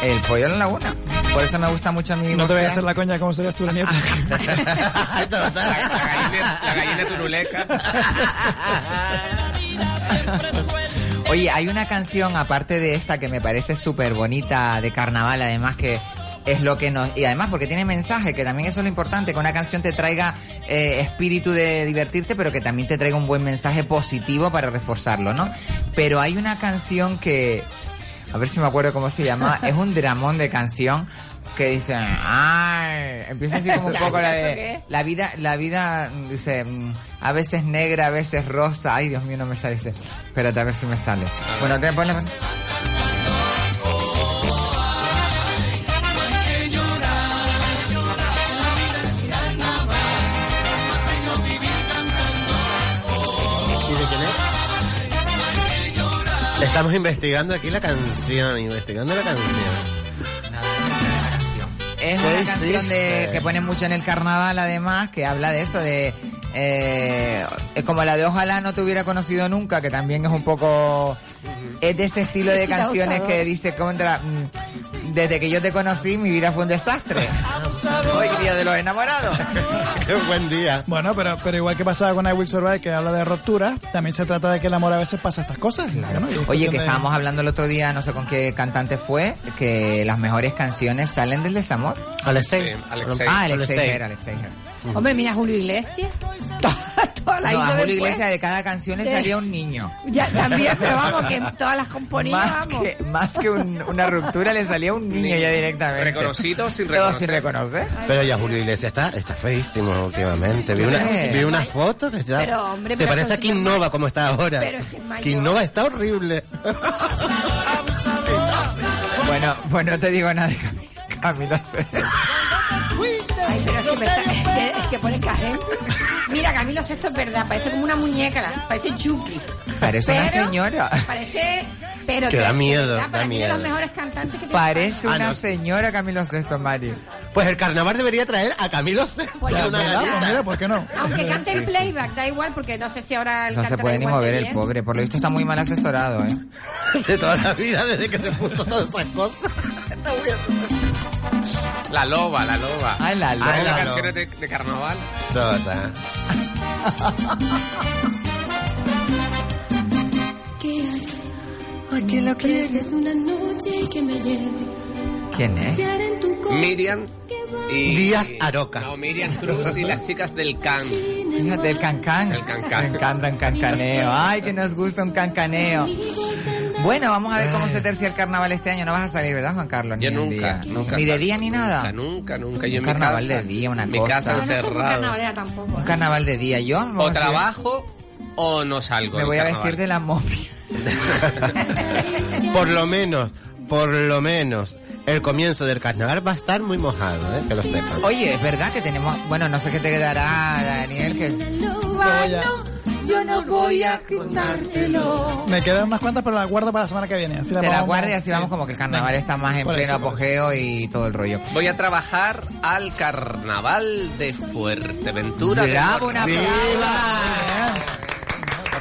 El pollo de la laguna. Por eso me gusta mucho a mí. No te voy a boxear. hacer la coña como serías tú la nieta. La, la gallina, la gallina turuleca. Oye, hay una canción aparte de esta que me parece súper bonita de carnaval, además que es lo que nos... Y además porque tiene mensaje, que también eso es lo importante, que una canción te traiga eh, espíritu de divertirte, pero que también te traiga un buen mensaje positivo para reforzarlo, ¿no? Pero hay una canción que... A ver si me acuerdo cómo se llama. es un dramón de canción que dice... Ay, empieza así como un poco la de... La vida, la vida, mm, dice... mm, A veces negra, a veces rosa. Ay, Dios mío, no me sale ese. Espérate, a ver si me sale. Bueno, te ponle... ¿Y de quién es? Estamos investigando aquí la canción, investigando la canción. Pues Es ¿Qué una canción de, hiciste? que ponen mucho en el carnaval, además, que habla de eso, de. eh, es como la de Ojalá no te hubiera conocido nunca, que también es un poco. Es de ese estilo de canciones que dice contra. mm, Desde que yo te conocí, mi vida fue un desastre. Hoy día de los enamorados. Qué buen día. Bueno, pero, pero igual que pasaba con I Will Survive, que habla de ruptura, también se trata de que el amor a veces pasa estas cosas. ¿no? Y es Oye, cuestión que de- estábamos hablando el otro día, no sé con qué cantante fue, que las mejores canciones salen del desamor. Alexei. Sí, Alexei. Ah, Alex Alexei. Seijer, Alex Seijer. Hombre, mira Julio Iglesias. Toda, toda Ah, la No, hizo a Julio después. Iglesias de cada canción le Sí. salía un niño. Ya, también, pero vamos, que todas las componía, Más vamos. que, más que un- una ruptura le salía un niño ya directamente. Reconocido o sin Todo reconocer. sin reconocer. Pero ya Julio Iglesias está, está feísimo últimamente. Vi ¿Tú una, crees? vi una foto que está. Pero, hombre, se pero parece a con su- Quinnova como está ahora. Pero es que es mayor. Quinnova está horrible. Bueno, pues no te digo nada de Camilo. Camilo Sesto. Ay, pero es que, me está- es que, es que pone cajén. Mira, Camilo, esto es verdad. Parece como una muñeca, la- parece Chucky. Parece una Pero- señora. Parece. Pero Que da miedo, Para da mí de miedo. los mejores cantantes que te Parece Ah, una no. señora Camilo Sexto, Mari. Pues el carnaval debería traer a Camilo Sesto Pues a ya, una ¿verdad? gala. Pues mira, ¿por qué no? Aunque cante el playback, da igual porque no sé si ahora el No se cantará puede ni igual de mover el bien. pobre. Por lo visto está muy mal asesorado, ¿eh? de toda la vida desde que se puso todas esas cosas. La loba, la loba. Ay, la loba. Ah, las La canciones de, de carnaval. Toda. ¿Qué hace? Ay, ¿quién lo quiere? Es una noche que me lleve ¿Quién es? pasear en tu coche. Miriam y... Díaz Aroca. No, Miriam Cruz y las chicas del CAN. Fíjate, el cancán. El cancán. Me encanta un cancaneo. Ay, que nos gusta un cancaneo. Bueno, vamos a ver cómo se tercia el carnaval este año. No vas a salir, ¿verdad, Juan Carlos? Ni Yo en nunca, día. nunca. Ni de salgo. día ni nada. Nunca, nunca, nunca. Yo en Ah. Un mi carnaval casa, de día, una mi cosa. casa Yo no soy muy encerrado. carnavalera tampoco. Un ¿eh? carnaval de día. Yo me voy O a hacer- trabajo o no salgo. Me del voy a carnaval. vestir de la momia. Por lo menos, por lo menos, el comienzo del carnaval va a estar muy mojado, ¿eh? Que lo sepan. Oye, es verdad que tenemos. Bueno, no sé qué te quedará, Daniel. Que... ya. Yo no voy a quitártelo. Me quedan unas cuantas, pero las guardo para la semana que viene. Así las Te la vamos- guardia y así vamos como que el carnaval está más en Por pleno eso, por apogeo y todo el rollo. Voy a trabajar al carnaval de Fuerteventura. ¡Bravo, una ¡Viva! brava!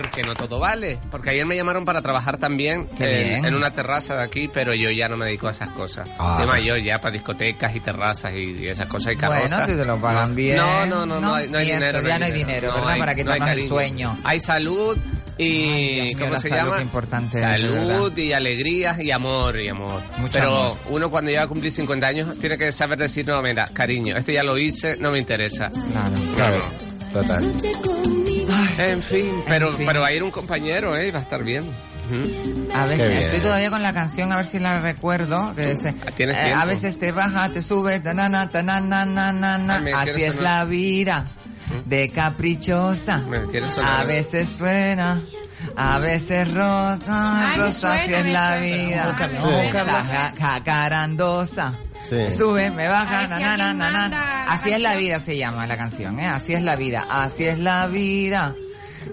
Porque no todo vale. Porque ayer me llamaron para trabajar también Qué en, bien. en una terraza de aquí, pero yo ya no me dedico a esas cosas. Ah. Tema yo ya para discotecas y terrazas y, y esas cosas y carrozas. Bueno, si te lo pagan bien. No, no, no, no, hay, no hay y esto, dinero. ya no hay dinero, ¿verdad? Para que quitarnos el sueño. Hay salud y... Ay, Dios mío, ¿Cómo la se salud, llama? qué importante es, de salud verdad. y alegrías y amor y amor. Mucho pero amor. uno cuando llega a cumplir 50 años tiene que saber decir, no, mira, cariño, esto ya lo hice, no me interesa. Claro. Claro, total. Noche conmigo. En fin, pero, En fin. pero va a ir un compañero, ¿eh? Va a estar bien. Ujú. A Qué veces bien. estoy todavía con la canción, a ver si la recuerdo. Que dice, ¿Tienes eh, a tiempo? veces te baja, te sube, tanana, tanana, nanana. Ay, Ah, me Así quiere es sonar. Mm. la vida de caprichosa. Me quiere sonar. A veces suena, a veces rosa, Ay, me rosa, así suena, es me la suena. vida. Pero no, Carlos, no, Esa Carlos. ja- jacarandosa. Sí. Sube, me A baja, ver si na, na, na, alguien na, na. manda la Así es la canción. vida se llama la canción, ¿eh? Así es la vida, así es la vida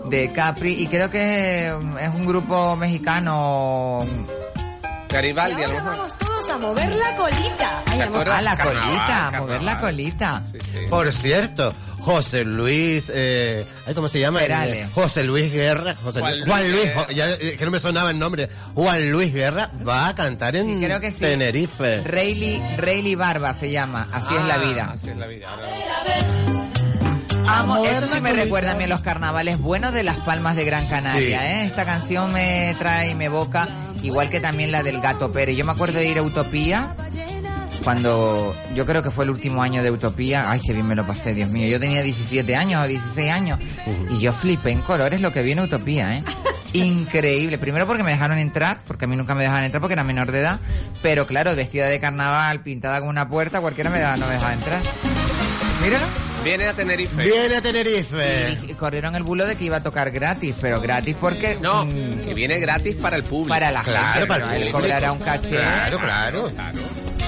de Capri. Y creo que mm, es un grupo mexicano. Y Garibaldi, a lo ahora mejor. vamos todos a mover la colita. ¿Te acuerdas? A la Carnaval, colita, a carnaval. mover la colita. Sí, sí. Por cierto, José Luis, eh, ay, ¿cómo se llama? Perales. Eh, José Luis Guerra, José Juan Luis- Luis Juan Luis, Guerra. jo- ya, eh, que no me sonaba el nombre. Juan Luis Guerra va a cantar en Sí, creo que sí. Tenerife. Rayleigh, Rayleigh Barba se llama, así es la Ah, vida. Así es la vida. ahora vamos. Amo, esto sí me recuerda a mí a los carnavales buenos de Las Palmas de Gran Canaria. Sí. ¿eh? Esta canción me trae y me evoca, igual que también la del Gato Pérez. Yo me acuerdo de ir a Utopía cuando yo creo que fue el último año de Utopía. Ay, qué bien me lo pasé, Dios mío. Yo tenía 17 años o 16 años y yo flipé en colores lo que vi en Utopía, ¿eh? Increíble. Primero porque me dejaron entrar, porque a mí nunca me dejaban entrar porque era menor de edad. Pero claro, vestida de carnaval, pintada con una puerta, cualquiera me daba, no me dejaba entrar. Míralo. Viene a Tenerife. Viene a Tenerife. Eh. Y corrieron el bulo de que iba a tocar gratis, pero gratis porque No, mm, que viene gratis para el público. para la Claro, gente, para el ¿no? él público. cobrará un caché. Claro, claro. Claro.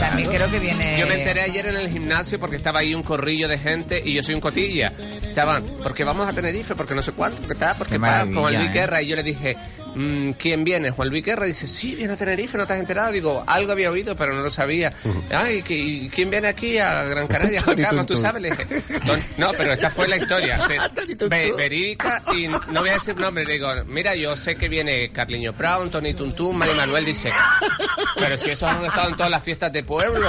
También creo que viene. Yo me enteré ayer en el gimnasio porque estaba ahí un corrillo de gente y yo soy un cotilla. Estaban, porque vamos a Tenerife, porque no sé cuánto, porque tal, porque Qué tal, con maravilla, Juan Luis ¿eh? Guerra. Y yo le dije, mm, ¿quién viene? Juan Luis Guerra. Y dice, sí, viene a Tenerife, ¿no te has enterado? Digo, algo había oído, pero no lo sabía. Ay, ¿qué- y ¿quién viene aquí a Gran Canaria? Juan Tony Carlos, tú Tuntún. sabes. Le dije, "Don- no, pero esta fue la historia. Ve- verídica y no voy a decir nombre. Le digo, mira, yo sé que viene Carliño Brown, Tony Tuntún, Mario Manuel. Dice, pero si esos han estado en todas las fiestas de pueblo.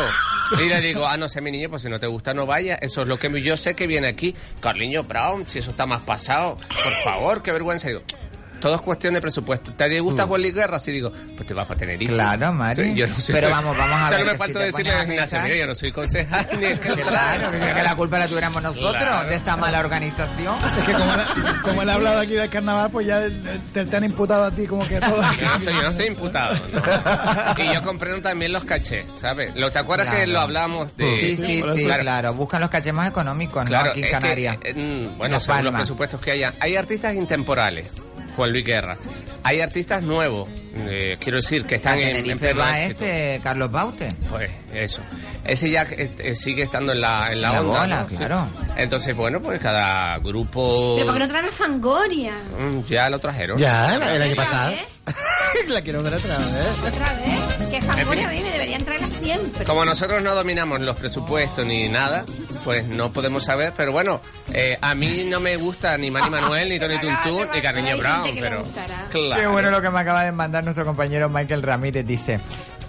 Y le digo, ah, no sé, mi niño, pues si no te gusta, no vaya. Eso es lo que yo sé que viene aquí. Carliño Brown, si eso está más pasado, por favor, qué vergüenza. Digo, todo es cuestión de presupuesto. ¿Te gusta Juan Luis Guerra? Si digo, pues te vas para tener Mm. Claro, Mari. Yo no soy- Pero vamos, vamos a Solo ver, me si falta te decirle pones a al gimnasio, pensar- mira, yo no soy concejal ni el Claro, que la culpa la tuviéramos nosotros Claro. de esta mala organización. Es que como él, como él ha hablado aquí del carnaval, pues ya eh, te, te han imputado a ti como que todo. Yo no estoy, yo no estoy imputado. ¿no? Y yo compré también los cachés, ¿sabes? Lo- ¿Te acuerdas que Claro. lo hablamos de.? Sí, sí, sí, claro. Buscan los cachés más económicos, Claro, ¿no? Aquí es en que, Canarias. eh, mm, bueno, Las según los Palmas. presupuestos que haya. Hay artistas intemporales, Juan Luis Guerra. Hay artistas nuevos, eh, quiero decir, que A están en, en Tenerife pleno va éxito. este Carlos Baute. Pues eso. Ese ya eh, eh, sigue estando en la, en la, La onda, bola, ¿no? claro. Entonces, bueno, pues cada grupo. Pero porque no traen a Fangoria. ¿eh? Mm, Ya lo trajeron. Ya, el año ¿Otra pasado. ¿eh? vez? La quiero ver otra vez. Otra vez. Que Fangoria En fin. vive, deberían traerla siempre. Como nosotros no dominamos los presupuestos ni nada, pues no podemos saber. Pero bueno, eh, a mí no me gusta ni Manny Manuel, ni Tony Tuntún, ni Cariño Hay gente Brown, que le pero... gustará. Claro. Qué bueno lo que me acaba de mandar nuestro compañero Michael Ramírez. Dice,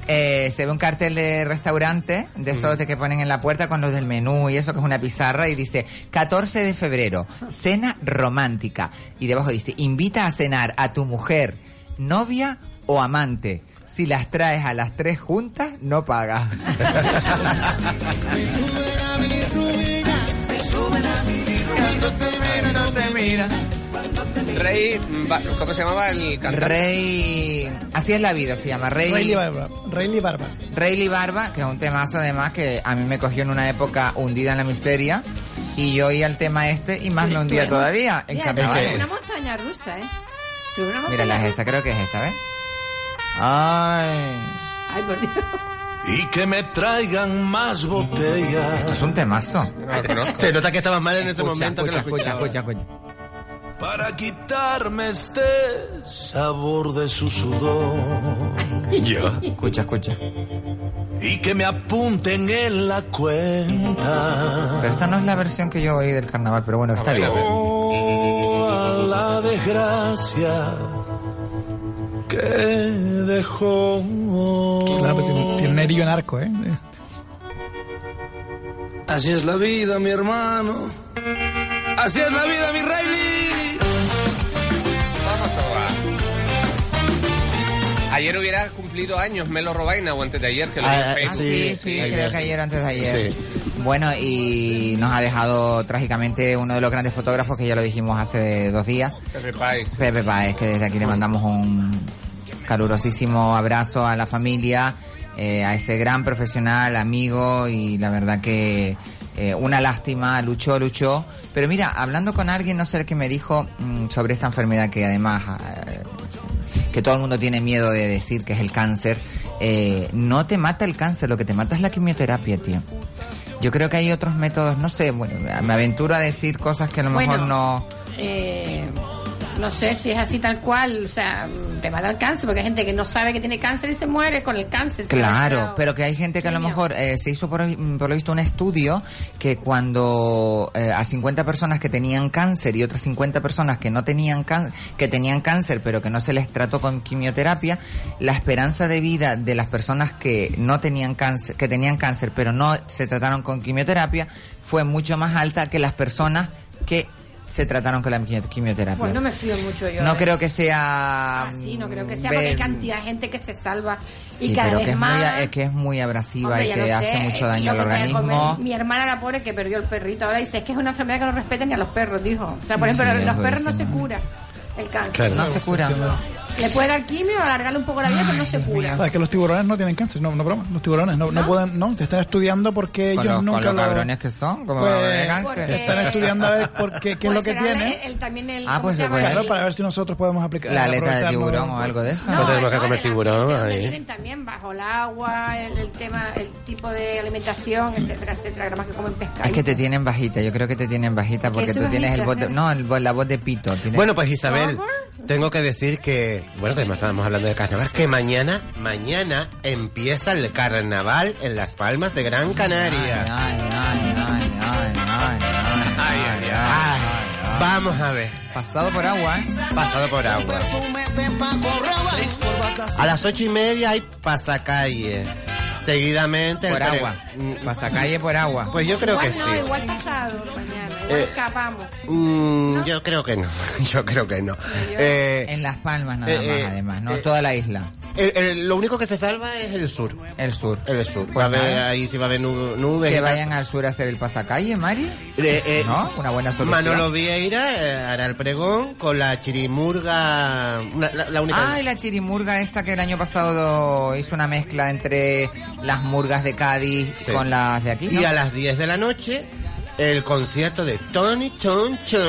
eh, se ve un cartel de restaurante, de esos de que ponen en la puerta con los del menú y eso, que es una pizarra, y dice, 14 de febrero, cena romántica. Y debajo dice, invita a cenar a tu mujer, novia o amante. Si las traes a las tres juntas, no pagas. Rey... Ba- ¿Cómo se llamaba el cantante? Rey... Así es la vida, se llama. Rayleigh Barba. Rayleigh Barba. Rayleigh Barba, que es un temazo además que a mí me cogió en una época hundida en la miseria. Y yo oía el tema este y más me hundía todavía en Mira, carnaval. tú eres una montaña rusa, ¿eh? Tú eres una Mira, montaña la es rusa. esta, creo que es esta, ¿ves? Ay, Ay, por Dios. Y que me traigan más botellas. esto es un temazo. No lo conozco. Se nota que estaba mal en ese Escucha, momento. que lo escucha, escucha, escuchaba. escucha, escucha. Para quitarme este sabor de su sudor. Escucha, escucha. Y que me apunten en la cuenta. Pero esta no es la versión que yo oí del carnaval, pero bueno, Ah, está bien. Ah, Oh, a la desgracia que dejó. Claro, pero Oh. tiene, tiene un erillo narco, ¿eh? Así es la vida, mi hermano. Así es la vida, mi Riley. Vamos, Toba. Ayer hubiera cumplido años Melo Robaina o antes de ayer que lo vi en Ah, ah, Facebook. Sí, Sí, sí, ahí creo va. que ayer, antes de ayer. Sí. Bueno, y nos ha dejado trágicamente uno de los grandes fotógrafos que ya lo dijimos hace dos días, Pepe Pais. Pepe Paez, que desde aquí le mandamos un calurosísimo abrazo a la familia, eh, a ese gran profesional, amigo, y la verdad que eh, una lástima, luchó, luchó. Pero mira, hablando con alguien, no sé el que me dijo mm, sobre esta enfermedad que además... eh, que todo el mundo tiene miedo de decir que es el cáncer, eh, no te mata el cáncer, lo que te mata es la quimioterapia, tío. Yo creo que hay otros métodos, no sé, bueno, me aventuro a decir cosas que a lo mejor Bueno. no... Eh, no sé si es así tal cual, o sea, te mata el cáncer, porque hay gente que no sabe que tiene cáncer y se muere con el cáncer. ¿sabes? Claro, pero que hay gente que a lo Genio. mejor eh, se hizo por, por lo visto un estudio que cuando eh, a 50 personas que tenían cáncer y otras 50 personas que no tenían cáncer, que tenían cáncer pero que no se les trató con quimioterapia, la esperanza de vida de las personas que no tenían cáncer, que tenían cáncer pero no se trataron con quimioterapia fue mucho más alta que las personas que se trataron con la quimio- quimioterapia. Pues no me fío mucho yo. No de creo eso. que sea. Ah, mm, sí, no creo que sea, porque hay ver- cantidad de gente que se salva Sí, y cada pero vez que es, más. muy, a- es que es muy abrasiva Hombre, y ya que no sé, eh, hace mucho daño lo al que te voy a organismo. comer. Mi hermana, la pobre, que perdió el perrito, ahora dice, es que es una enfermedad que no respeta ni a los perros, dijo. O sea, por Sí, ejemplo, es los perros no se durísimo. cura el cáncer. Claro. No se cura. Le puede dar quimio, alargarle un poco la vida, pero no se cura. Sabes que los tiburones no tienen cáncer, no, no broma, los tiburones no, no pueden, no, se están estudiando porque Con ellos los- con nunca los lo- cabrones que son, como Pues, van a tener cáncer. porque- Eh. Están estudiando a ver por qué, qué es lo Pues Puede que ser ale- tiene. e- el- también el, Ah, ¿cómo se pues se llama? puede. Claro, para ver si nosotros podemos aplicar La aleta de aprovecharlo. tiburón o algo de eso. No, Pues tenemos que no, comer el tiburón ambiente ahí. donde viven también bajo el agua, el, el tema, el tipo de alimentación, etcétera, etcétera, que más que comen pescado. Es que te tienen bajita, yo creo que te tienen bajita Porque porque tú soy tienes el bajita, voz de, ¿no? no, el vo- la voz de pito. tienes- Bueno, pues Isabel, tengo que decir que, bueno, que no estábamos hablando de carnaval, que mañana, mañana empieza el carnaval en Las Palmas de Gran Canaria. Ay, ay, ay, ay, ay, ay, Ay, ay, ay. Vamos a ver, Pasado por agua. ¿eh? pasado por agua. A las ocho y media hay pasacalle. Seguidamente el Por pre- agua. Mm, Pasacalle por agua. Pues yo creo que Igual sí. no, igual pasado mañana, igual Eh, escapamos. Mm, Yo creo que no. Yo creo que no. Eh, En Las Palmas nada Eh, más, eh, además, no eh, toda la isla, el- el- lo único que se salva es el sur. el sur. El sur. Pues Va a haber, nada. ahí sí va a haber nu- nubes. y Que tal. vayan al sur a hacer el pasacalle, Mari. Eh, eh, ¿No? Una buena solución. Manolo Vieira eh, hará el pregón con la chirimurga. una- la, la única. Ah, y la chirimurga esta que el año pasado hizo una mezcla entre las murgas de Cádiz Sí. con las de aquí. ¿no? Y a las 10 de la noche, el concierto de Tony Chon Chon.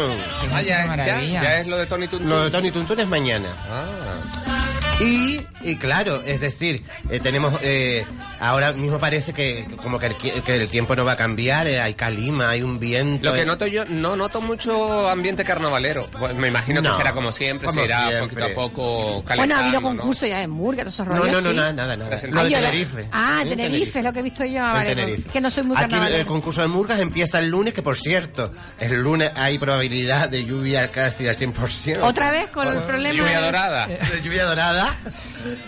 Fíjate Ah, qué ya, ya, maravilla. ya es lo de Tony Tuntun. Lo de Tony Tuntun es mañana. Ah. Y, y claro, es decir, eh, tenemos, eh, ahora mismo parece que como que el, qui- que el tiempo no va a cambiar, eh, hay calima, hay un viento. Lo que eh, noto yo, no noto mucho ambiente carnavalero. Bueno, Me imagino No, que será como siempre, como se irá siempre. poquito a poco Bueno, calentando. ha habido ¿no? concursos ya de Murga, todos esos No, rollos. no, no, sí. nada, nada, nada. Presentado. Lo de Ay, yo la- Tenerife. Ah, En Tenerife, es lo que he visto yo. ah, En vale, Tenerife. Que no soy muy Aquí eh, el carnavalera. concurso de Murgas empieza el lunes, que por cierto, el lunes hay probabilidad de lluvia casi al 100%. Otra vez con el problema Lluvia de- dorada. De lluvia dorada,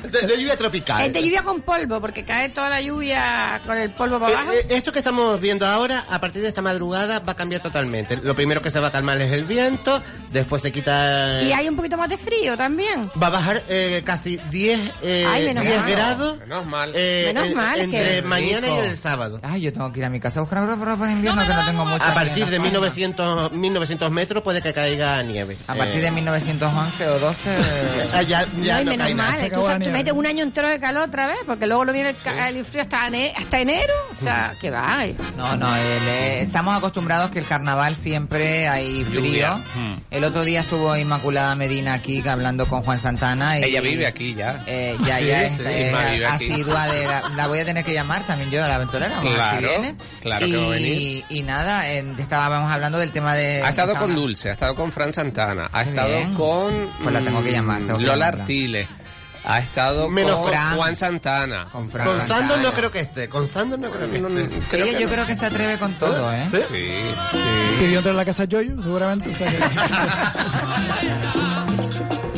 de, de lluvia tropical. Es de lluvia con polvo, porque cae toda la lluvia con el polvo para Eh, abajo. eh, esto que estamos viendo ahora, a partir de esta madrugada, va a cambiar totalmente. Lo primero que se va a calmar es el viento, después se quita... Y hay un poquito más de frío también. Va a bajar eh, casi 10, eh, Ay, menos 10 mal. grados Menos mal. eh, Menos en- mal, que- entre mañana y Rico. el sábado. Ay, yo tengo que ir a mi casa a buscar ropa de invierno que no tengo mucho. A partir de 1900, 1900 metros puede que caiga nieve. A partir de 1911 o 12. Eh, ah, ya, ya Ay, no menos cae mal. más. Se Tú, acabó sabes, la tú nieve. metes un año entero de calor otra vez, porque luego lo viene el, ca- el frío hasta, ene- hasta enero. O sea, que va. eh. No, no, el, eh, estamos acostumbrados que el carnaval siempre hay frío. Lluvia. Mm. El otro día estuvo Inmaculada Medina aquí hablando con Juan Santana. y- Ella vive aquí ya. Eh, ya, Sí, ya, sí, esta es Inma vive la aquí. asidua de la, la voy a tener que llamar también yo a la aventurera. Claro, si viene. claro y, que va a venir. Y nada, en- estábamos hablando del tema de... Ha estado con estábamos- Dulce, ha estado con Fran Santana, ha Eh, Qué estado bien. con Pues la tengo que mm, llamar, tengo que Lola llamarla. Artile, ha estado Menos con con Fran. Juan Santana. Con Fran Con Santana. Sandor no creo que esté. Con Sandor no creo que No, esté. no, creo Ella que yo no. creo que está atreve con todo, ¿eh? ¿Sí? Sí, Pidió entrar a la casa de Yoyo, seguramente. o sea que-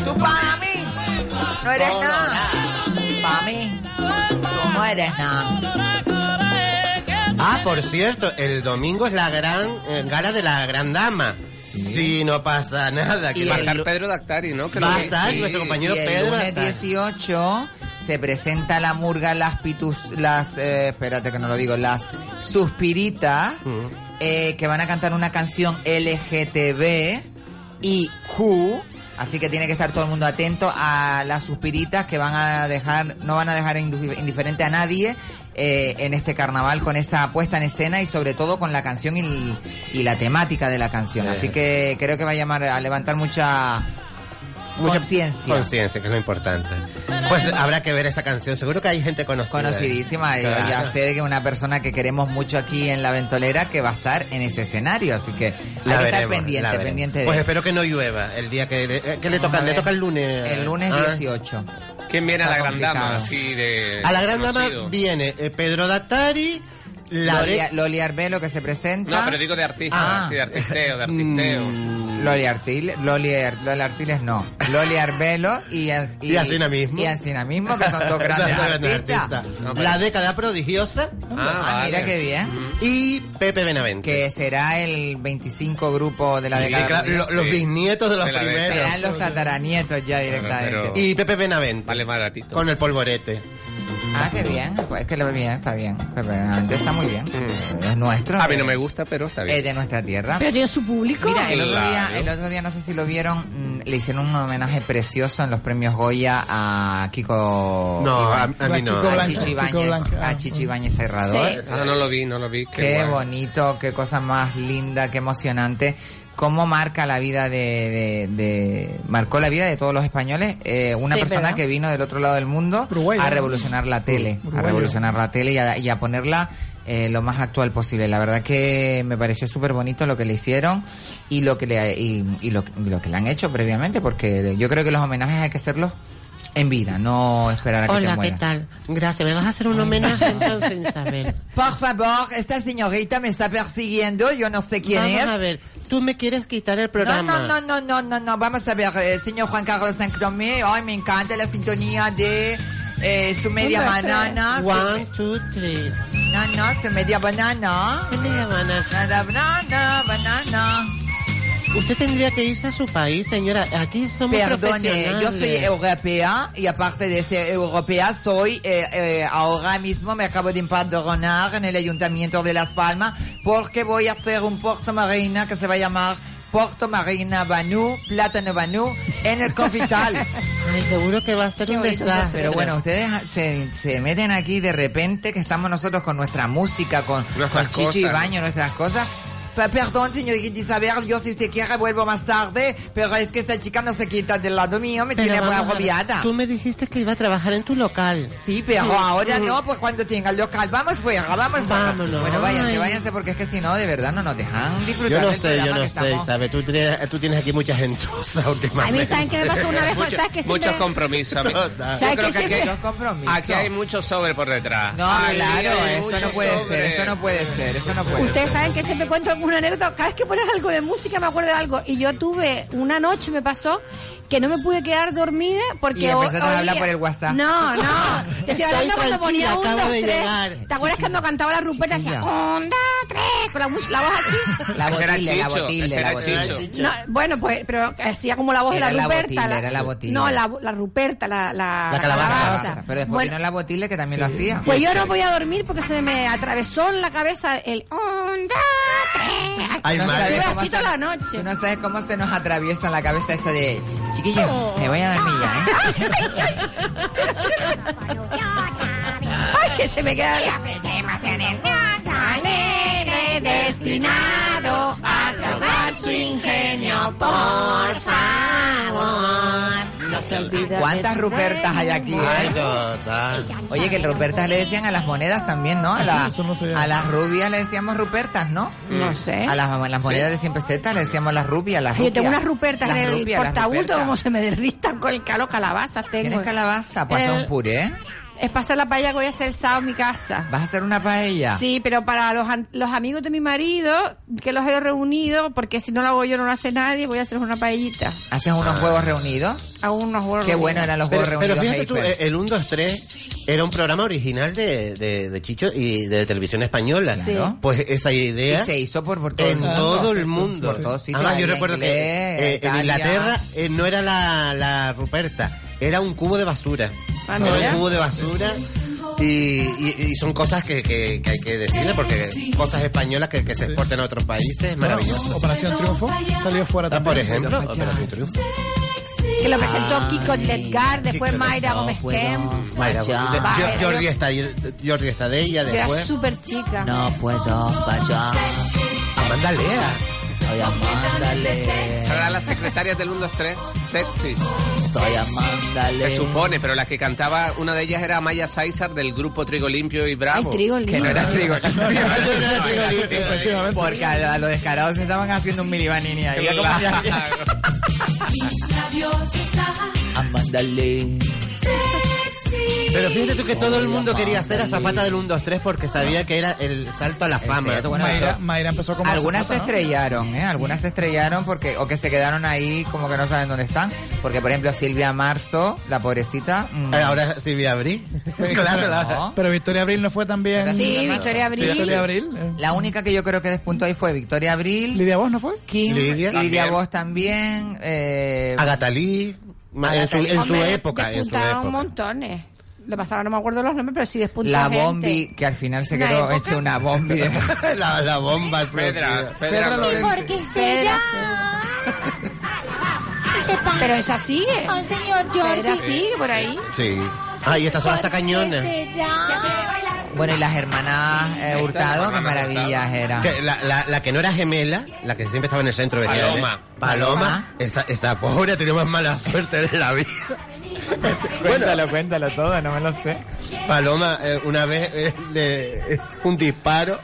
Tú para mí no eres nada. Para mí tú no eres nada. Ah, por cierto, el domingo es la gran eh, gala de la gran dama. Si no pasa nada. Y Que Va a el- va- estar Pedro Dactari, ¿no? Creo Va a que estar nuestro Y compañero el Pedro. lunes hasta- 18 se presenta la murga, las pitus, las, eh, espérate que no lo digo, las suspiritas, Mm. eh, que van a cantar una canción LGTB y Q. Así que tiene que estar todo el mundo atento a las suspiritas que van a dejar, no van a dejar indu- indiferente a nadie eh, en este carnaval con esa puesta en escena y sobre todo con la canción y, y la temática de la canción. Así que creo que va a llamar a levantar mucha Mucha conciencia. Conciencia, que es lo importante. Pues habrá que ver esa canción. Seguro que hay gente conocida. Conocidísima, yo Claro. ya sé que una persona que queremos mucho aquí en la ventolera que va a estar en ese escenario, así que hay La que estar veremos, la pendiente, veremos. pendiente de Pues eso. espero que no llueva el día que, eh, que le Vamos toca. Le a ver. toca el lunes. El lunes Ah. 18. ¿Quién viene a Está la gran dama? complicado. Así de A la gran dama conocido? viene eh, Pedro Dattari, la Loli, de... Loli Arbelo que se presenta. No, pero digo de artista, Ah. Mm. sí, de artisteo, de artisteo. Loli Artil, Loli, Ar- Loli Artiles no, Loli Arbelo y, An- Y Alsina mismo. Y Alsina mismo, que son dos grandes Dos grandes artistas. artistas. No, pero- La década prodigiosa Ah, vale. mira qué bien. y Pepe Benavente. Que será el 25 grupo de la Sí, década. claro, de los- lo- los sí. bisnietos de los De la década. primeros. Serán los tataranietos ya directamente. Pero- Y Pepe Benavente. Vale, más gatito. Con el polvorete. Ah, qué bien. Pues es que le ve bien, está bien. Pepe Benavente está muy bien. Mm. Es nuestro. A mí no eh, me gusta, pero está Es bien. de nuestra tierra. Pero tiene su público. Mira, el otro, día, Claro. el otro día, no sé si lo vieron, mm, mm, le hicieron un homenaje precioso en los premios Goya a Kiko. No, a- Ibáñez, a mí no. A Blanca, Chichi Kiko Ibáñez, Blanca. a Chichi Ibáñez Serrador. Ah, no lo vi, no lo vi. Qué, Qué guay. bonito, qué cosa más linda, qué emocionante. Cómo marca la vida de, de- de- marcó la vida de todos los españoles eh, una Sí, persona ¿verdad? que vino del otro lado del mundo a revolucionar la tele, a Uruguayo. revolucionar la tele y a, y a ponerla eh, lo más actual posible. La verdad que me pareció súper bonito lo que le hicieron y lo que le y, y lo, y lo que le han hecho previamente, porque yo creo que los homenajes hay que hacerlos en vida, no esperar a que te Hola, ¿qué mueras. tal? Gracias. ¿Me vas a hacer un homenaje entonces, Isabel? Por favor, esta señorita me está persiguiendo, yo no sé quién Vamos es. a ver, tú me quieres quitar el No, programa. no, no, no, no, no, no, vamos a ver, eh, señor Juan Carlos Sanctomé, ay, me encanta la sintonía de eh, su media Uno, tres. banana. su- One, two, three. No, no, su media banana. media banana. banana, banana. Usted tendría que irse a su país, señora. Aquí somos Perdone, profesionales. yo soy europea y aparte de ser europea soy, eh, eh, ahora mismo me acabo de empadronar en el Ayuntamiento de Las Palmas porque voy a hacer un Puerto Marina que se va a llamar Puerto Marina Banú, Plátano Banú, en el Confital. Ay, seguro que va a ser un desastre. Pero bueno, ustedes se, se meten aquí de repente que estamos nosotros con nuestra música, con, Nuestras con Chichi cosas. Baño, nuestras cosas. Pe- Perdón, señorita Isabel, yo si usted quiere vuelvo más tarde, pero es que esta chica no se quita del lado mío, me Pero tiene muy vamos a ver, agobiada. Tú me dijiste que iba a trabajar en tu local. Sí, pero Mm, ahora mm. no, pues cuando tenga el local, vamos fuera, vamos fuera. Vámonos. Bueno, váyanse, Ay. váyanse, porque es que si no, de verdad no nos dejan disfrutar Yo no del sé, yo programa no que sé, estamos- Isabel. Tú tienes, tú tienes aquí mucha gentuza A últimamente. mí, ¿saben qué me pasó una vez? Mucho- ¿Sabes que muchos siempre- compromisos. a mí. Total. ¿Sabes Yo creo que que aquí, siempre- hay- aquí hay mucho sobre por detrás. No, Ay, claro, hay eso mucho no puede sobre. ser, eso no puede ser, eso no puede ser. Ustedes saben que siempre cuento alguna anécdota. Cada vez que pones algo de música me acuerdo de algo. Y yo tuve una noche, me pasó, que no me pude quedar dormida porque. Y empezaste o- a hablar oía- por el WhatsApp. No, no. Te estoy hablando Estoy cuando tranquila, ponía un, acabo dos, de tres. llegar. ¿Te acuerdas cuando cantaba la Ruperta? Hacía un, dos, tres, con la, mus- la voz así. La Ese era botilla, la Chicho, botilla, ese la era botilla. Chicho. No, bueno, pues, pero hacía como la voz Era de la la Ruperta. botilla, era la botilla. No, la, la Ruperta, la, Ah, la, La calabaza. calabaza. Pero después Bueno, vino la botilla que también lo hacía. Pues yo no podía dormir porque se me atravesó en la cabeza el un, dos, tres. Ay, Estuve madre. así toda la noche. Tú no sabes cómo se nos atraviesa en la cabeza esta de... Chiquillo, Oh. me voy a dormir ya, ¿eh? Ay, que se me queda. Alegre destinado a acabar su ingenio, por favor. No se olvide. ¿Cuántas Rupertas hay aquí? eh? Ay, total. Oye, que el Rupertas le decían a las monedas también, ¿no? A, la- a las rubias le decíamos Rupertas, ¿no? No sé. A las, a las monedas de 100 pesetas le decíamos las rubias, las rubias. ¿Eh? Yo tengo unas rupertas Las en el rupias, las portabuto, rupertas. como se me derritan con el calor, calabazas tengo. ¿Tienes calabaza? Pues ¿Para hacer El- un puré? Es pasar la paella que voy a hacer el sábado en mi casa. ¿Vas a hacer una paella? Sí, pero para los, an- los amigos de mi marido, que los he reunido, porque si no lo hago yo no lo hace nadie, voy a hacer una paellita. ¿Haces unos huevos reunidos? A unos huevos. Qué revueltos. bueno eran los Pero, huevos pero reunidos. fíjate tú, Heiper. eh, el 1, 2, 3 era un programa original de, de, de Chicho y de televisión española. Sí. Pues esa idea. Y se hizo por, por todo en el mundo. todo el Sí, mundo. Por todos sitios. Además, yo Había recuerdo inglés, que eh, en Italia. Inglaterra eh, no era la, la Ruperta, era un cubo de basura. Ah, era mira. un cubo de basura. Y, y- y son cosas que, que- que hay que decirle, porque cosas españolas que, que se exportan a otros países es maravilloso. Operación Triunfo salió fuera Ah, por también. ejemplo, Operación Triunfo. Que lo presentó Ay, Kiko Delgar, después Mayra Gómez Kemp. Mayra, de- Vale. Jor- Jordi este, está, ahí, Jordi está de ella que era después. súper chica. No puedo fallar. Amanda Lea. Soy Amanda Lea. Era la secretaria del 1, 2, 3, sexy. Soy Amanda Se Lea. supone, pero la que cantaba, una de ellas era Maya Saizar del grupo Trigo Limpio y Ay, Bravo. trigo Que lindo. no era trigo. Efectivamente. Porque a, a los descarados se estaban haciendo un milibanini ahí. Claro. Amanda Lea. Pero fíjate tú que todo el mundo quería hacer a Zapata del 1, 2, 3 porque sabía que era el salto a la fama. pedazo, bueno, Mayra, Mayra empezó como. Algunas se zapata, ¿no? estrellaron, ¿eh? Algunas se estrellaron porque, o que se quedaron ahí como que no saben dónde están. Porque, por ejemplo, Silvia Marzo, la pobrecita. mm, Eh, Ahora Silvia Abril. claro, la- no. Pero Victoria Abril no fue también. Sí, Victoria Sí, Abril. Victoria Abril. eh. La única que yo creo que despuntó ahí fue Victoria Abril, Lidia Vos no fue. Kim, Lidia. Lidia, También. Vos también. Eh, Agatha Lee, ma- en su, Agatha Lee. en su Hombre, época. En su despuntaron época. montones. Lo pasaba, no me acuerdo los nombres, pero sí despuntó la gente. Bombi, que al final se Una quedó época. hecha una Bombi. la, la bomba Pedra, explosiva. Pedra, Lorenzo. Pedra, sí. Este pan Pero esa sigue. Oh, señor Jordi. Pedra sigue por ahí. Sí. Ay, esta zona está ¿Por qué cañona. será? Bueno, y las hermanas eh, Hurtado, qué maravillas eran. Que la, la- la que no era gemela, la que siempre estaba en el centro de Paloma. Paloma, esta, esta pobre tenía más mala suerte de la vida. Cuéntalo, cuéntalo todo, no me lo sé. Paloma, eh, una vez eh, le- eh, un disparo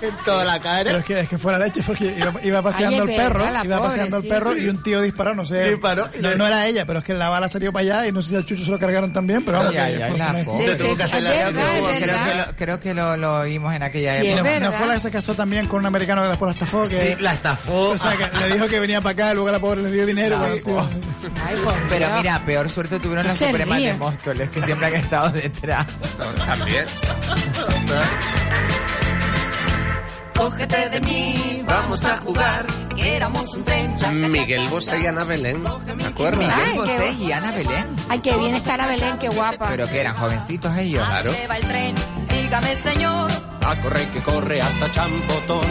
en toda la cara. Pero es que, es que fue la leche porque iba, iba paseando Ay, es el perro, verdad, la iba pobre, paseando el sí. perro y un tío disparó, no sé. Disparó y no, le- no era ella, pero es que la bala salió para allá y no sé si al Chucho se lo cargaron también, pero vamos. Ay, ay, que- ay, fue- la fue- pobre. Se tuvo que hacer la verdad, tuvo es que hacer Creo la- que, lo, creo que lo, lo oímos en aquella Sí, Y es no, época. no verdad. fue la que se casó también con un americano que después la estafó. Que, Sí, la estafó. O sea, que le dijo que venía para acá, luego la pobre le dio dinero. pues, Sí. bueno, tío. Ay, por Pero Dios. mira, peor suerte tuvieron No las se supremas ríe. de Móstoles, que siempre han estado detrás. También. Cógete de mí, vamos a jugar, que éramos un tren. Miguel Bosé y Ana Belén. ¿Me acuerdas? Ay, Miguel qué Bosé guapo. y Ana Belén. Ay, que viene Sara Belén, qué guapa. Pero que eran jovencitos ellos. Ah, Claro. Lleva el tren, dígame señor. A correr que Ah, corre hasta Champotón.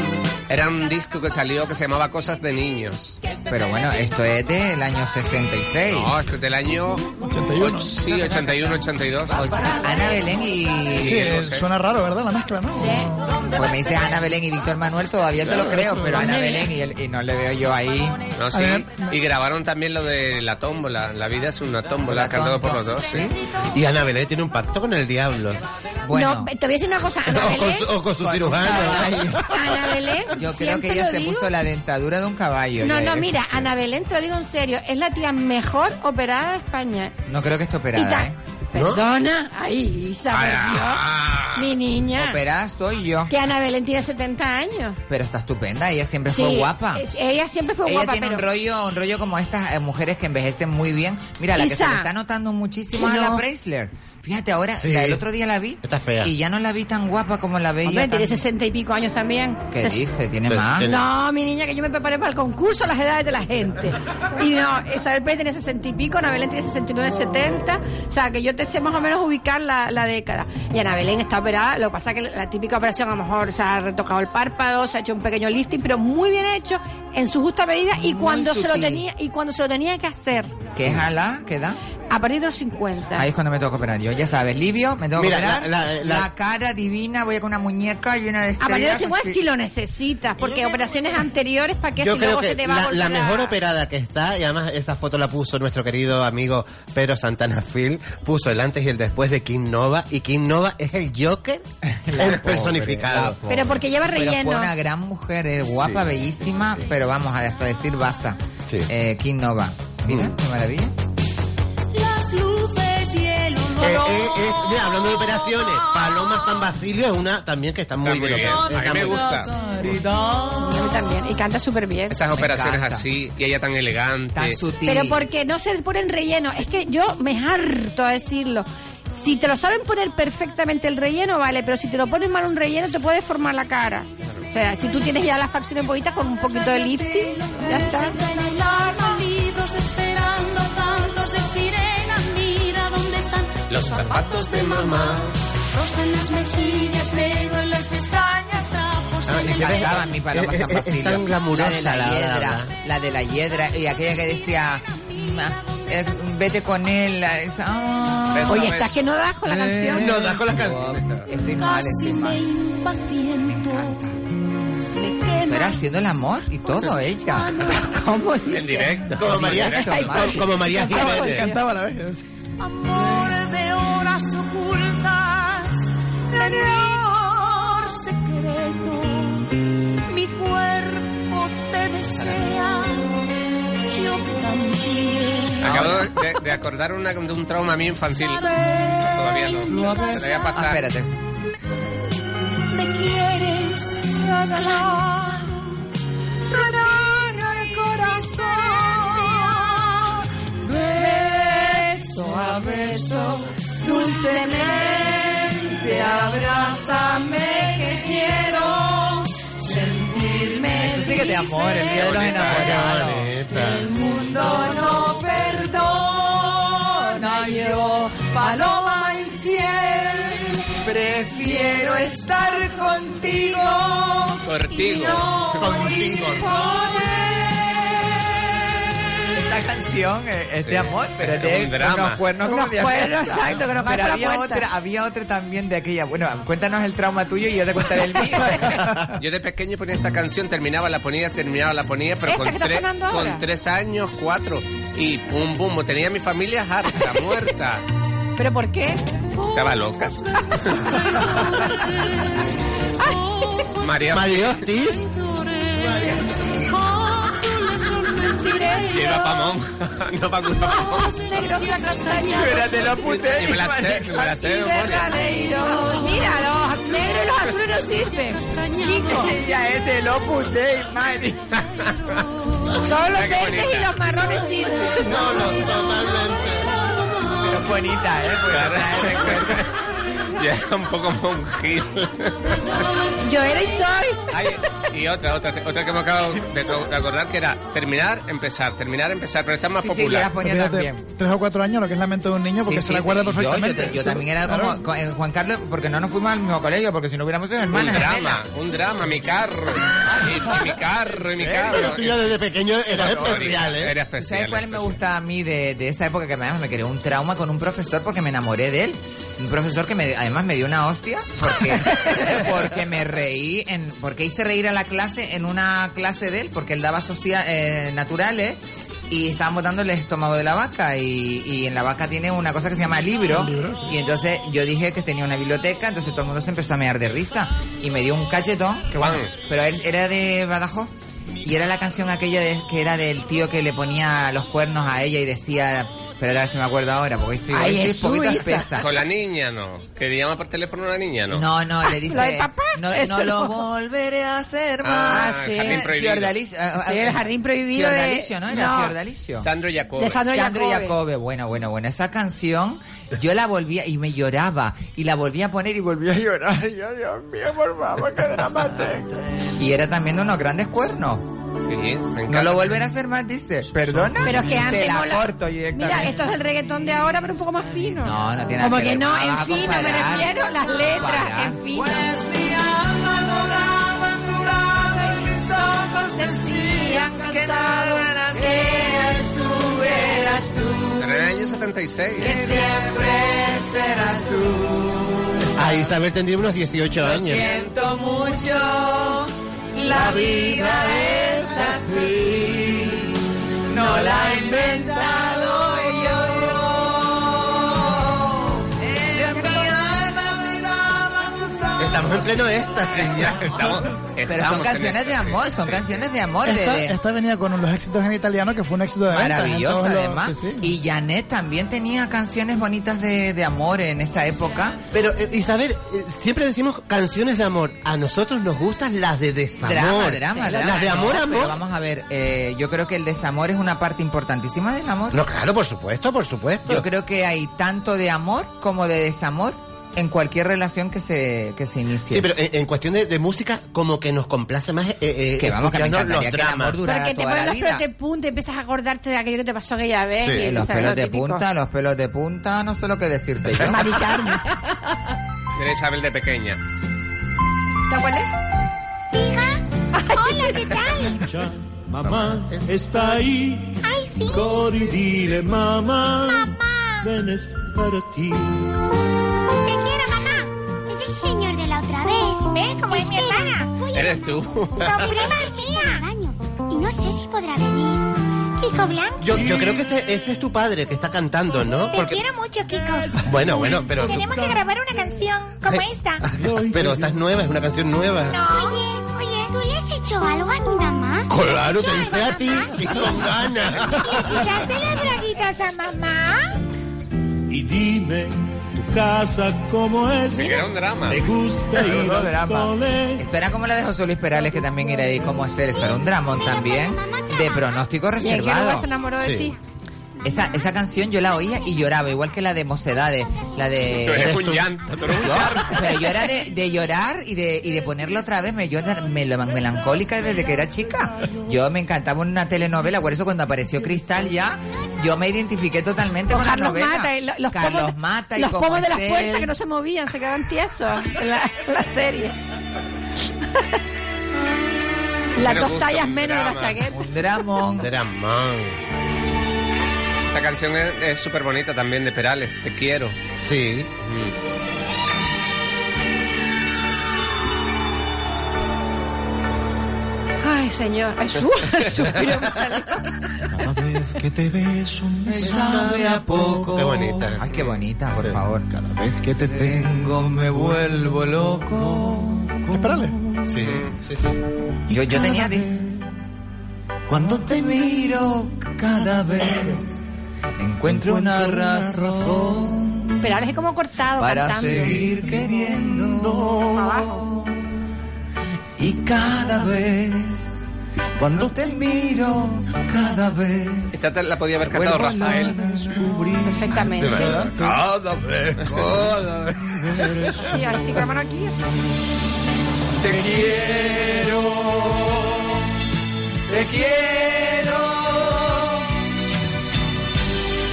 Era un disco que salió que se llamaba Cosas de Niños. Pero bueno, esto es del año 66. No, este es del año... 81. Sí, 81, 82. Ocho- Ana Belén y... Sí, Miguel eh, Bosé. suena raro, ¿verdad? La mezcla, ¿no? Sí. Pues me dices Ana Belén y Víctor Manuel, todavía te lo creo, pero Ana Belén y, el- y no le veo yo ahí. No, sí. Y grabaron también lo de la tómbola. La vida es una tómbola, cantado por los dos. Sí. Y Ana Belén tiene un pacto con el diablo. Bueno, No, te voy a decir una cosa. Ana o, con Belén, su, o con su cirujano. Ana Belén, yo creo siempre que ella lo se digo. puso la dentadura de un caballo. No, ya no, eres. mira, Ana Belén, te lo digo en serio, es la tía mejor operada de España. No creo que esté Y ta- operada, ¿eh? Perdona, ay, Isa, por ah. Dios, mi niña. Operada estoy yo. Que Ana Belén tiene 70 años. Pero está estupenda, ella siempre fue Sí, guapa. es- ella siempre fue ella guapa, tiene pero... un rollo, un rollo como estas eh, mujeres que envejecen muy bien. Mira, la que se Isa. le está notando muchísimo Sí, es a la no. Preisler. Fíjate, ahora, Sí. la- el otro día la vi. Está fea. Y ya no la vi tan guapa como la veía. Hombre, tiene tan- 60 y pico años también. ¿Qué Ses- dice? ¿Tiene Pero más? Pues, tiene- No, mi niña, que yo me preparé para el concurso a las edades de la gente. Y no, Isabel Pérez tiene 60 y pico, Ana Belén tiene 69, 70. O sea, que yo te sé más o menos ubicar la, la década. Y Ana Belén está operada, lo que pasa que la típica operación a lo mejor se ha retocado el párpado, se ha hecho un pequeño lifting, pero muy bien hecho, en su justa medida y Muy cuando se lo sutil. tenía y cuando se lo tenía que hacer, ¿Qué es a la? ¿Qué da? a partir de los 50. Ahí es cuando me tengo que operar yo, ya sabes, Livio, me tengo Mira, que operar. la- la- la- cara divina, voy con una muñeca y una de A partir de los estrellas, 50 así. si lo necesitas, porque operaciones anteriores, ¿para qué Yo si creo luego que se te va a la, volver la a- mejor operada que está, y además esa foto la puso nuestro querido amigo Pedro Santana Phil, puso el antes y el después de King Nova, y King Nova es el Joker La el pobre, la personificado. pobre. Pero porque lleva Pero relleno. fue una gran mujer, eh, guapa, Sí. bellísima, pero vamos a hasta decir basta. Sí. Eh, King Nova. Mira, Mm. qué maravilla. Las luces y el olor. Eh, eh, eh, mira, hablando de operaciones, Paloma San Basilio es una también que está muy Está muy bien. bien. operada. A mí Está me muy- gusta. A mí también. Y canta súper bien. Esas operaciones encanta. así y ella tan elegante. Tan sutil. Pero porque no se ponen relleno. Es que yo me harto a decirlo. Si te lo saben poner perfectamente el relleno, vale, pero si te lo ponen mal un relleno, te puede deformar la cara. O sea, si tú tienes ya las facciones bonitas con un poquito de lifting, ya está. Libros esperando cantos de sirena. Mira dónde están Los zapatos de mamá. rosa en las mejillas, negro en las pestañas, trapos Ah, en y el se pasaba mi paloma Eh, San eh, es Basilio. tan glamurosa la de la, la hiedra, dama. la de la hiedra y aquella que decía "Ma, eh, vete con él, la- esa, ah. Beso. Oye, estás que no das con la Eh, canción. No, das con las canciones. Estoy mal, estoy Casi me mal. impaciento. Me Esto era quema. haciendo el amor y todo ella. ¿Cómo En dice? directo. Como María, Está mal. como, como María Cantaba, Jiménez. cantaba a la vez. Amores de horas ocultas, señor secreto, mi cuerpo te desea, yo también. Acabo de, de acordar una, de un trauma mío infantil. Todavía no. Te lo voy a Ah, pasar. espérate. Me quieres regalar, regalar el corazón, beso a beso, dulcemente abrázame que quiero sentirme Esto sí que te amor, el día de los enamorados. Qué bonita. mundo no perdona yo, paloma infiel, prefiero estar contigo. Contigo. y no Contigo. ir con él. Esta canción eh, es de amor, pero es de un drama. unos cuernos como Unos de cuernos, fiesta. exacto, que nos Pero marca había puertas. otra, había otra también de aquella. Bueno, cuéntanos el trauma tuyo y yo te contaré el mío. Yo de pequeño ponía esta canción, terminaba la ponía, terminaba la ponía, pero ¿Esta con, que está tres- sonando ahora? con tres años, cuatro, y pum, pum, tenía a mi familia harta, muerta. ¿Pero por qué? Estaba loca. María. Mariotti. Lleva pa' monja, no pa' cura pa' monja. Negros la castaña. Espérate, la puta. Y me la sé, me la sé de memoria. Janeiro. Mira, los negros y los azules no sirven. Chico, Ya es de Opus Dei, Mari. son los Mira qué verdes y bonita. los marrones sirven. No, no, totalmente. Pero es bonita, ¿eh? Pues, Ya era un poco monjil. Yo era y soy. Ay, y otra, otra, otra que me acabo de, co- de acordar que era terminar, empezar, terminar, empezar, pero esta es más sí, sí, yo popular. la ponía Fíjate, también. Tres o cuatro años, lo que es lamento de un niño, porque Sí, se la sí, acuerda y yo, perfectamente. Yo, yo también era Claro. como con- eh, Juan Carlos, porque no nos fuimos al mismo colegio, porque si no hubiéramos sido un hermanas. drama, gemelas. un drama, mi carro. Y, y mi carro, y mi carro. Pero tú ya desde pequeño eras Era especial, ¿eh? Era ¿Sabes especial. cuál me gusta a mí de, de esa época que además me creó un trauma con un profesor porque me enamoré de él? Un profesor que me, además me dio una hostia porque, porque me reí, en, porque hice reír a la clase en una clase de él, porque él daba social, eh, naturales y estaban botando el estómago de la vaca y, y en la vaca tiene una cosa que se Ah, llama libro y entonces yo dije que tenía una biblioteca, entonces todo el mundo se empezó a mear de risa y me dio un cachetón, que bueno, Juan. pero él era de Badajoz. Y era la canción aquella de- que era del tío que le ponía los cuernos a ella y decía, pero a ver si me acuerdo ahora, porque estoy, Ay, estoy es un poquito Luisa. espesa. Con la niña, no. Que le llama por teléfono a la niña, no. No, no, le dice, Lo de papá, no, eso no lo no. volveré a hacer Ah, más. sí. Jardín Prohibido. Fiordalicio, ah, ah, Sí, el jardín prohibido de- Fiordalicio, ¿no? Era no. Fiordalicio. Sandro Jacob. De Sandro Sandro Jacobe. Jacobe, bueno, bueno, bueno, esa canción yo la volvía y me lloraba y la volví a poner y volví a llorar. Y yo, Dios mío, por favor, que drama tengo. Y era también de unos grandes cuernos. Sí, me encanta. No lo volverá a hacer más, dice. Perdona. Pero es que antes Te la mola- corto directamente. Mira, esto es el reggaetón de ahora, pero un poco más fino. No, no tiene nada Como que que ver. no, Ah, en vas a fino, me comparar. refiero las letras, Comparar. en fino. Pues mi alma dorada, dorada y mis ojos decían cansados que eras tú, eras tú, Pero en el año 76. que siempre serás tú. A Isabel tendría unos 18 años. Siento mucho, la vida es así, no la he inventado yo. Siempre mi alma me daba tus ojos. Estamos en pleno éxtasis ya. Estamos, Pero estamos en son este canciones el- de amor, son canciones de amor. de- Esta, de- esta venía con los éxitos en italiano, que fue un éxito de ventas, Maravillosa en todos los- además. sí, sí. Y Janet también tenía canciones bonitas de, de amor en esa época. Pero, eh, Isabel, eh, siempre decimos canciones de amor. A nosotros nos gustan las de desamor. Drama, drama, Las drama. de No, amor, Pero amor. vamos a ver, eh, yo creo que el desamor es una parte importantísima del amor. No, claro, por supuesto, por supuesto. Yo creo que hay tanto de amor como de desamor en cualquier relación que se, que se inicie. Sí, pero en, en cuestión de, de música, como que nos complace más eh, eh, que vamos, que me escucharnos encantaría los que el dramas. amor durara Porque te toda ponen la los vida. pelos de punta y empiezas a acordarte de aquello que te pasó aquella vez. Sí, y, Eh, los ¿sabes? pelos Lo de típico. punta, los pelos de punta, no sé lo que decirte yo. Era Isabel de pequeña. ¿Te acuerdas? Hola, ¿qué tal? Mamá está ahí, Ay, sí, Cori, dile mamá, mamá. ven es para ti. Te quiero, mamá. Es el señor de la otra vez. Ve cómo es mi hermana. Eres tú. Son primas mías. Y no sé si podrá venir. Kiko Blanco. Yo, yo creo que ese, ese es tu padre que está cantando, ¿no? Te quiero mucho, Kiko. Bueno, bueno, pero... Eh, Tenemos que grabar una canción como esta. Pero esta es nueva, es una canción nueva. No. Oye, oye, ¿tú le has hecho algo a mi mamá? Claro, ¿Le te has hecho dice a algo ti mamá? y con ganas. ¿Le quitaste las braguitas a mamá? Y dime tu casa cómo es, Era un drama. te gusta ir Menudo al drama. cole. Esto era como la de José Luis Perales, que también era ahí como ser, eso era un dramón también, de pronóstico Y el que luego se reservado. enamoró de Sí. ti. Esa, esa canción yo la oía y lloraba, igual que la de Mocedades, la Tú de... eres un llanto. tú eres un Yo- llanto. pero yo era de, de llorar y de, y de ponerla otra vez, me, yo era melo- melancólica desde que era chica. Yo me encantaba una telenovela, por eso cuando apareció Cristal ya, yo me identifiqué totalmente con, Con Carlos la novela. Mata, y lo- los Carlos pomos, de- Mata y los cómo pomos de es las él. puertas que no se movían, se quedaban tiesos en la, en la serie. Las Pero dos justo, tallas un menos de la drama. chaqueta. Un dramón. Dramón. Esta canción es súper bonita también de Perales, Te quiero. Mm. Sí. Ay, señor. Ay, su, suspiro me salió. Cada vez que te beso me sabe a poco. Qué bonita. Ay, qué bonita, por favor. Cada vez que te tengo me vuelvo loco. Espérale. Sí, Mm. sí, sí. Yo, yo tenía... Cada Cuando te miro cada vez encuentro una razón Perales es como cortado para cantando. seguir queriendo. Y cada vez cuando te miro cada vez Esta te la podía haber cantado pues, vuelvo a Rafael. descubrir. Perfectamente. Cada vez, cada vez. Sí, así con la mano aquí. Te quiero, te quiero.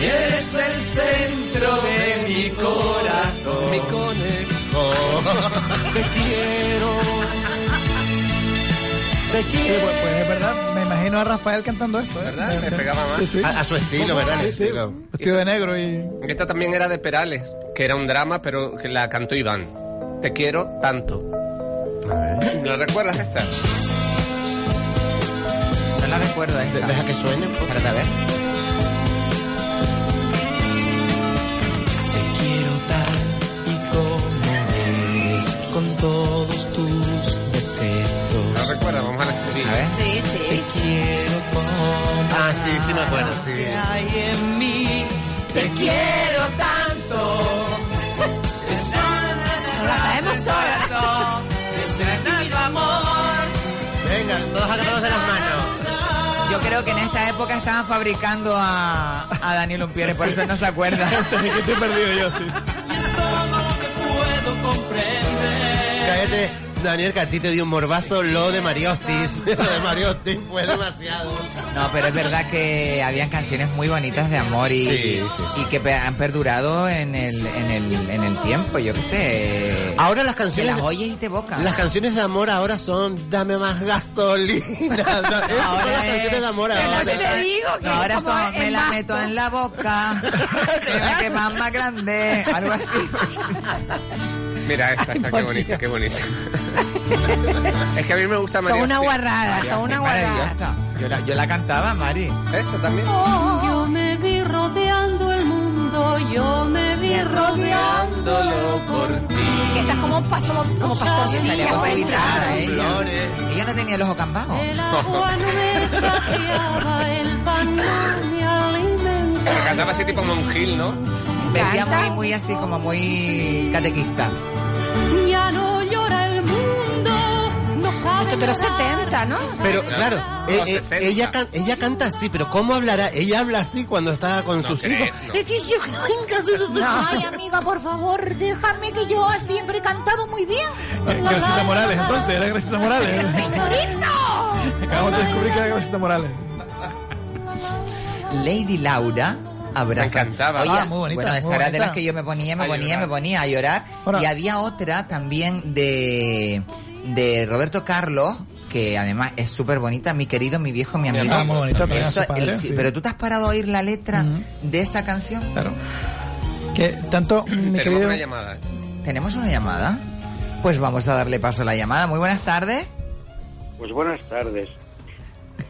Eres el centro de mi corazón. Mi Te quiero, te Sí, quiero. pues, pues, es verdad, me imagino a Rafael cantando esto. ¿eh? ¿Verdad? Me- Le pegaba más. Sí, sí. A, a su estilo, ¿verdad? El Sí, sí. estilo. Vestido de negro y. Esta también era de Perales, que era un drama, pero que la cantó Iván. Te quiero tanto. ¿Lo recuerdas esta? No la recuerdo esta. Deja que suene un poco. Espérate, a ver. Te quiero tal y como eres, con todos tus ¿Lo defectos. recuerdas? Vamos a la A estrella. ver. Sí, Te sí. quiero como Ah, sí, sí me acuerdo, sí. que hay en mí. Te quiero tanto. Que sana La sabemos todas. corazón. Que sentido amor. Venga, todos agarrados de las manos. Yo creo que en esta época estaban fabricando a, a Daniel Lumpiere, por eso no se acuerda. que estoy perdido yo, sí. Y es todo lo que puedo comprender. Cállate, Daniel, que a ti te dio un morbazo lo de Mariostis. lo de Mariostis fue demasiado. No, pero es verdad que habían canciones muy bonitas de amor y, Sí, sí, sí. y que pe- han perdurado en el, en el, en el tiempo, yo qué sé. Ah, Ahora las que canciones. las oyes y te evocan. Las canciones de amor ahora son Dame más gasolina. Esas son las es- canciones de amor que ahora. las- Yo te digo que No, ahora es como son, me el la más- meto en la boca, que me quema más grande, algo así. Mira esta, esta, qué bonita, qué bonita. es que a mí me gusta Son María. una Ortiz. guarrada, son una guarrada. Maravillosa. Yo la, yo la cantaba, Mari. Esta también. Yo me vi rodeando el mundo, yo me vi rodeando. Que estás como, paso, como pastorcilla. Salía como así. editada, ella. Flores. Ella no tenía el ojo campado. El agua no me saciaba, el pan no me Pero alimentaba. cantaba así tipo Monjil, ¿no? Vestía Canta. muy, muy así, como muy catequista. Ya no llora el mundo, no sabe Esto de los nadar. 70, ¿no? Pero claro, No, eh, eh, 60. ella, can- ella canta así, pero ¿cómo hablará? Ella habla así cuando está con No sus creo, hijos. no. Es que yo venga solo- Ay, amiga, por favor, déjame que yo siempre he cantado muy bien. Gracita Eh, Morales, entonces, era Gracita Morales. ¡Señorito! Acabamos de descubrir que era Gracita Morales. Lady Laura abrazaba. Me encantaba. Oye, Ah, muy bonita, Bueno, esa muy era de bonita. las que yo me ponía, me A ponía, llorar. me ponía a llorar. Ahora- Y había otra también de, de Roberto Carlos, que además es súper bonita, mi querido, mi viejo, mi amigo. Ah, muy bonita, también a Eso, su padre, Mm. el- sí. Pero tú te has parado a oír la letra de esa canción. Claro. Que tanto, mi Tenemos querido. una llamada. ¿eh? ¿Tenemos una llamada? Pues vamos a darle paso a la llamada. Muy buenas tardes. Pues buenas tardes.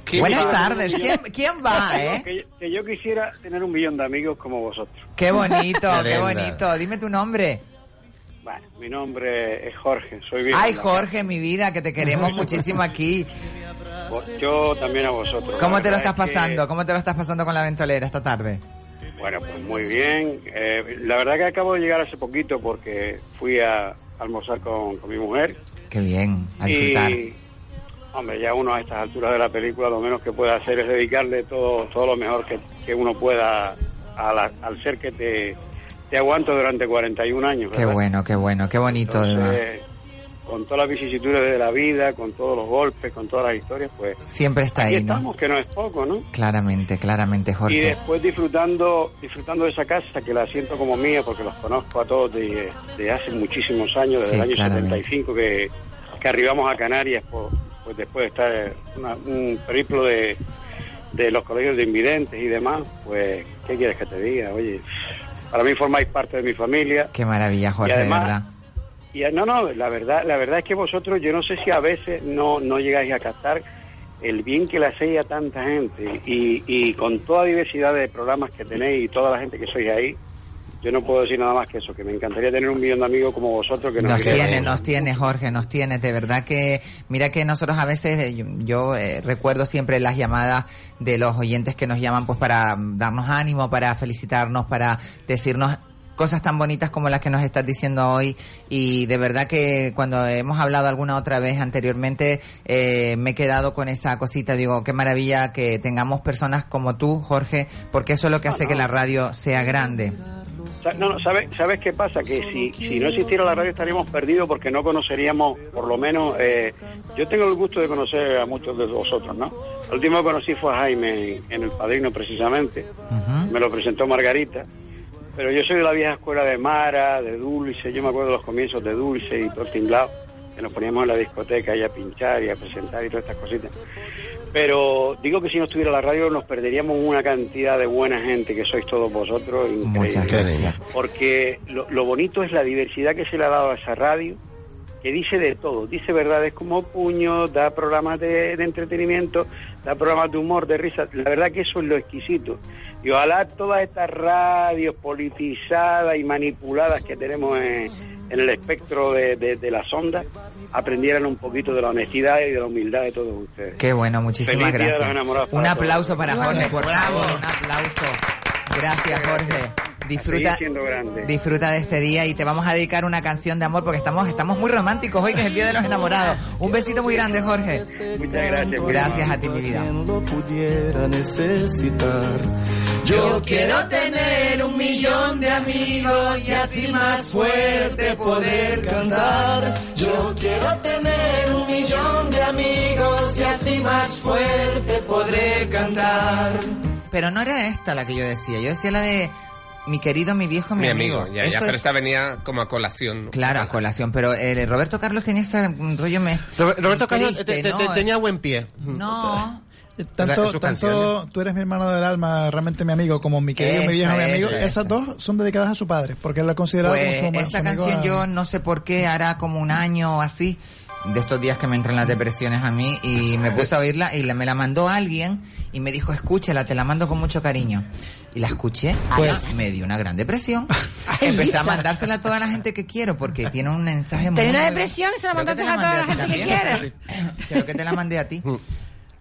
¿Quién buenas va? tardes. ¿Quién, quién va, eh? Que, que yo quisiera tener un millón de amigos como vosotros. Qué bonito, Qué qué linda. bonito. Dime tu nombre. Bueno, mi nombre es Jorge, soy viejo. Ay, Jorge, mi vida, que te queremos muchísimo aquí. Vos- Yo también a vosotros. ¿Cómo La te lo verdad estás es que- pasando? ¿Cómo te lo estás pasando con la ventolera esta tarde? bueno, pues muy bien. Eh, la verdad que acabo de llegar hace poquito porque fui a almorzar con, con mi mujer. Qué bien, a disfrutar. Y, hombre, ya uno a estas alturas de la película lo menos que puede hacer es dedicarle todo, todo lo mejor que, que uno pueda a la- al ser que te, te aguanto durante 41 años. Qué ¿verdad? bueno, qué bueno, qué bonito, de verdad. Entonces, con todas las vicisitudes de la vida, con todos los golpes, con todas las historias, pues Siempre está aquí ahí, ¿no? estamos, que no es poco, ¿no? Claramente, claramente, Y Jorge. después disfrutando disfrutando de esa casa, que la siento como mía, porque los conozco a todos desde de hace muchísimos años, desde Sí, el año claramente. 75 que, pues que arribamos a Canarias, por- pues después de estar una- un periplo de, de los colegios de invidentes y demás, pues, ¿qué quieres que te diga? Oye, para mí formáis parte de mi familia. Qué maravilla, Jorge, Y además- de verdad. Y no, no, la verdad, la verdad es que vosotros, yo no sé si a veces no, no llegáis a captar el bien que le hacéis a tanta gente y, y con toda diversidad de programas que tenéis y toda la gente que sois ahí, yo no puedo decir nada más que eso, que me encantaría tener un millón de amigos como vosotros que nos Nos queréis. tiene, nos tiene, Jorge, nos tiene. De verdad que, mira que nosotros a veces, eh, yo, yo, eh, recuerdo siempre las llamadas de los oyentes que nos llaman pues para mm, darnos ánimo, para felicitarnos, para decirnos cosas tan bonitas como las que nos estás diciendo hoy y de verdad que cuando hemos hablado alguna otra vez anteriormente eh, me he quedado con esa cosita digo qué maravilla que tengamos personas como tú Jorge porque eso es lo que hace que la radio sea grande Sa- No, no, ¿sabes, ¿sabes qué pasa? Que si, si no existiera la radio estaríamos perdidos porque no conoceríamos, por lo menos, eh, yo tengo el gusto de conocer a muchos de vosotros, ¿no? El último que conocí fue a Jaime en, en El Padrino, precisamente. Me lo presentó Margarita. Pero yo soy de la vieja escuela de Mara, de Dulce, yo me acuerdo de los comienzos de Dulce y todo el tinglao, que nos poníamos en la discoteca y a pinchar y a presentar y todas estas cositas. Pero digo que si no estuviera la radio nos perderíamos una cantidad de buena gente que sois todos vosotros, increíble muchas gracias porque lo, lo bonito es la diversidad que se le ha dado a esa radio, que dice de todo, dice verdades como puño, da programas de, de entretenimiento, da programas de humor, de risa, la verdad que eso es lo exquisito. Y ojalá todas estas radios politizadas y manipuladas que tenemos en, en el espectro de, de- de las ondas aprendieran un poquito de la honestidad y de la humildad de todos ustedes. Qué bueno, muchísimas Feliz Día de los gracias. Enamorados Un para todos. aplauso para Jorge, por Bravo. favor, un aplauso. Gracias, Jorge. Disfruta, siendo grande. disfruta de este día y te vamos a dedicar una canción de amor porque estamos, estamos muy románticos hoy que es el Día de los Enamorados. Un besito muy grande, Jorge. Muchas gracias. Gracias a ti, mi vida. pudiera necesitar. Yo quiero tener un millón de amigos y así más fuerte poder cantar. Yo quiero tener un millón de amigos y así más fuerte poder cantar. Pero no era esta la que yo decía, yo decía la de mi querido, mi viejo, mi, Mi amigo, ya, ya, Eso pero es- esta venía como a colación. ¿no? Claro, a colación, pero eh, Roberto Carlos tenía este mm, rollo me... Roberto Carlos eh, triste, te- te- ¿no? te- tenía buen pie. No. Sus Tanto, tanto canciones. tú eres mi hermano del alma, realmente mi amigo, como mi querido, mi viejo, Esa, mi amigo. esa, Esas dos son dedicadas a su padre, porque él la consideraba Pues, como su, esa canción yo no sé por qué hará como un año o así de estos días que me entran las depresiones a mí y me puse a oírla y la- me la mandó alguien y me dijo escúchala te la mando con mucho cariño y la escuché pues me dio una gran depresión empecé Lisa. a mandársela a toda la gente que quiero porque tiene un mensaje muy Tenía una depresión y se la Creo que te mandaste a toda la mandé gente que ti quieres. también. creo que te la mandé a ti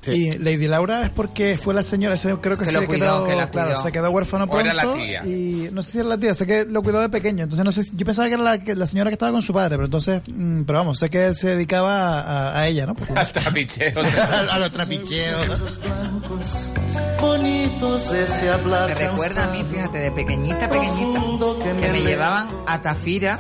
Y Lady Laura es porque fue la señora, ese creo que, Que se lo quedó, cuidó, que la claro, cuidó. se quedó huérfano O pronto era la tía. y no sé si era la tía, sé que lo cuidó de pequeño, entonces no sé, si- yo pensaba que era la, que- la señora que estaba con su padre, pero entonces, mm, pero vamos, sé que él se dedicaba a, a ella, ¿no? Porque- a los trapicheos. Bonitos ese hablar. Me recuerda a mí, fíjate, de pequeñita, pequeñita, que me me enre- llevaban a Tafira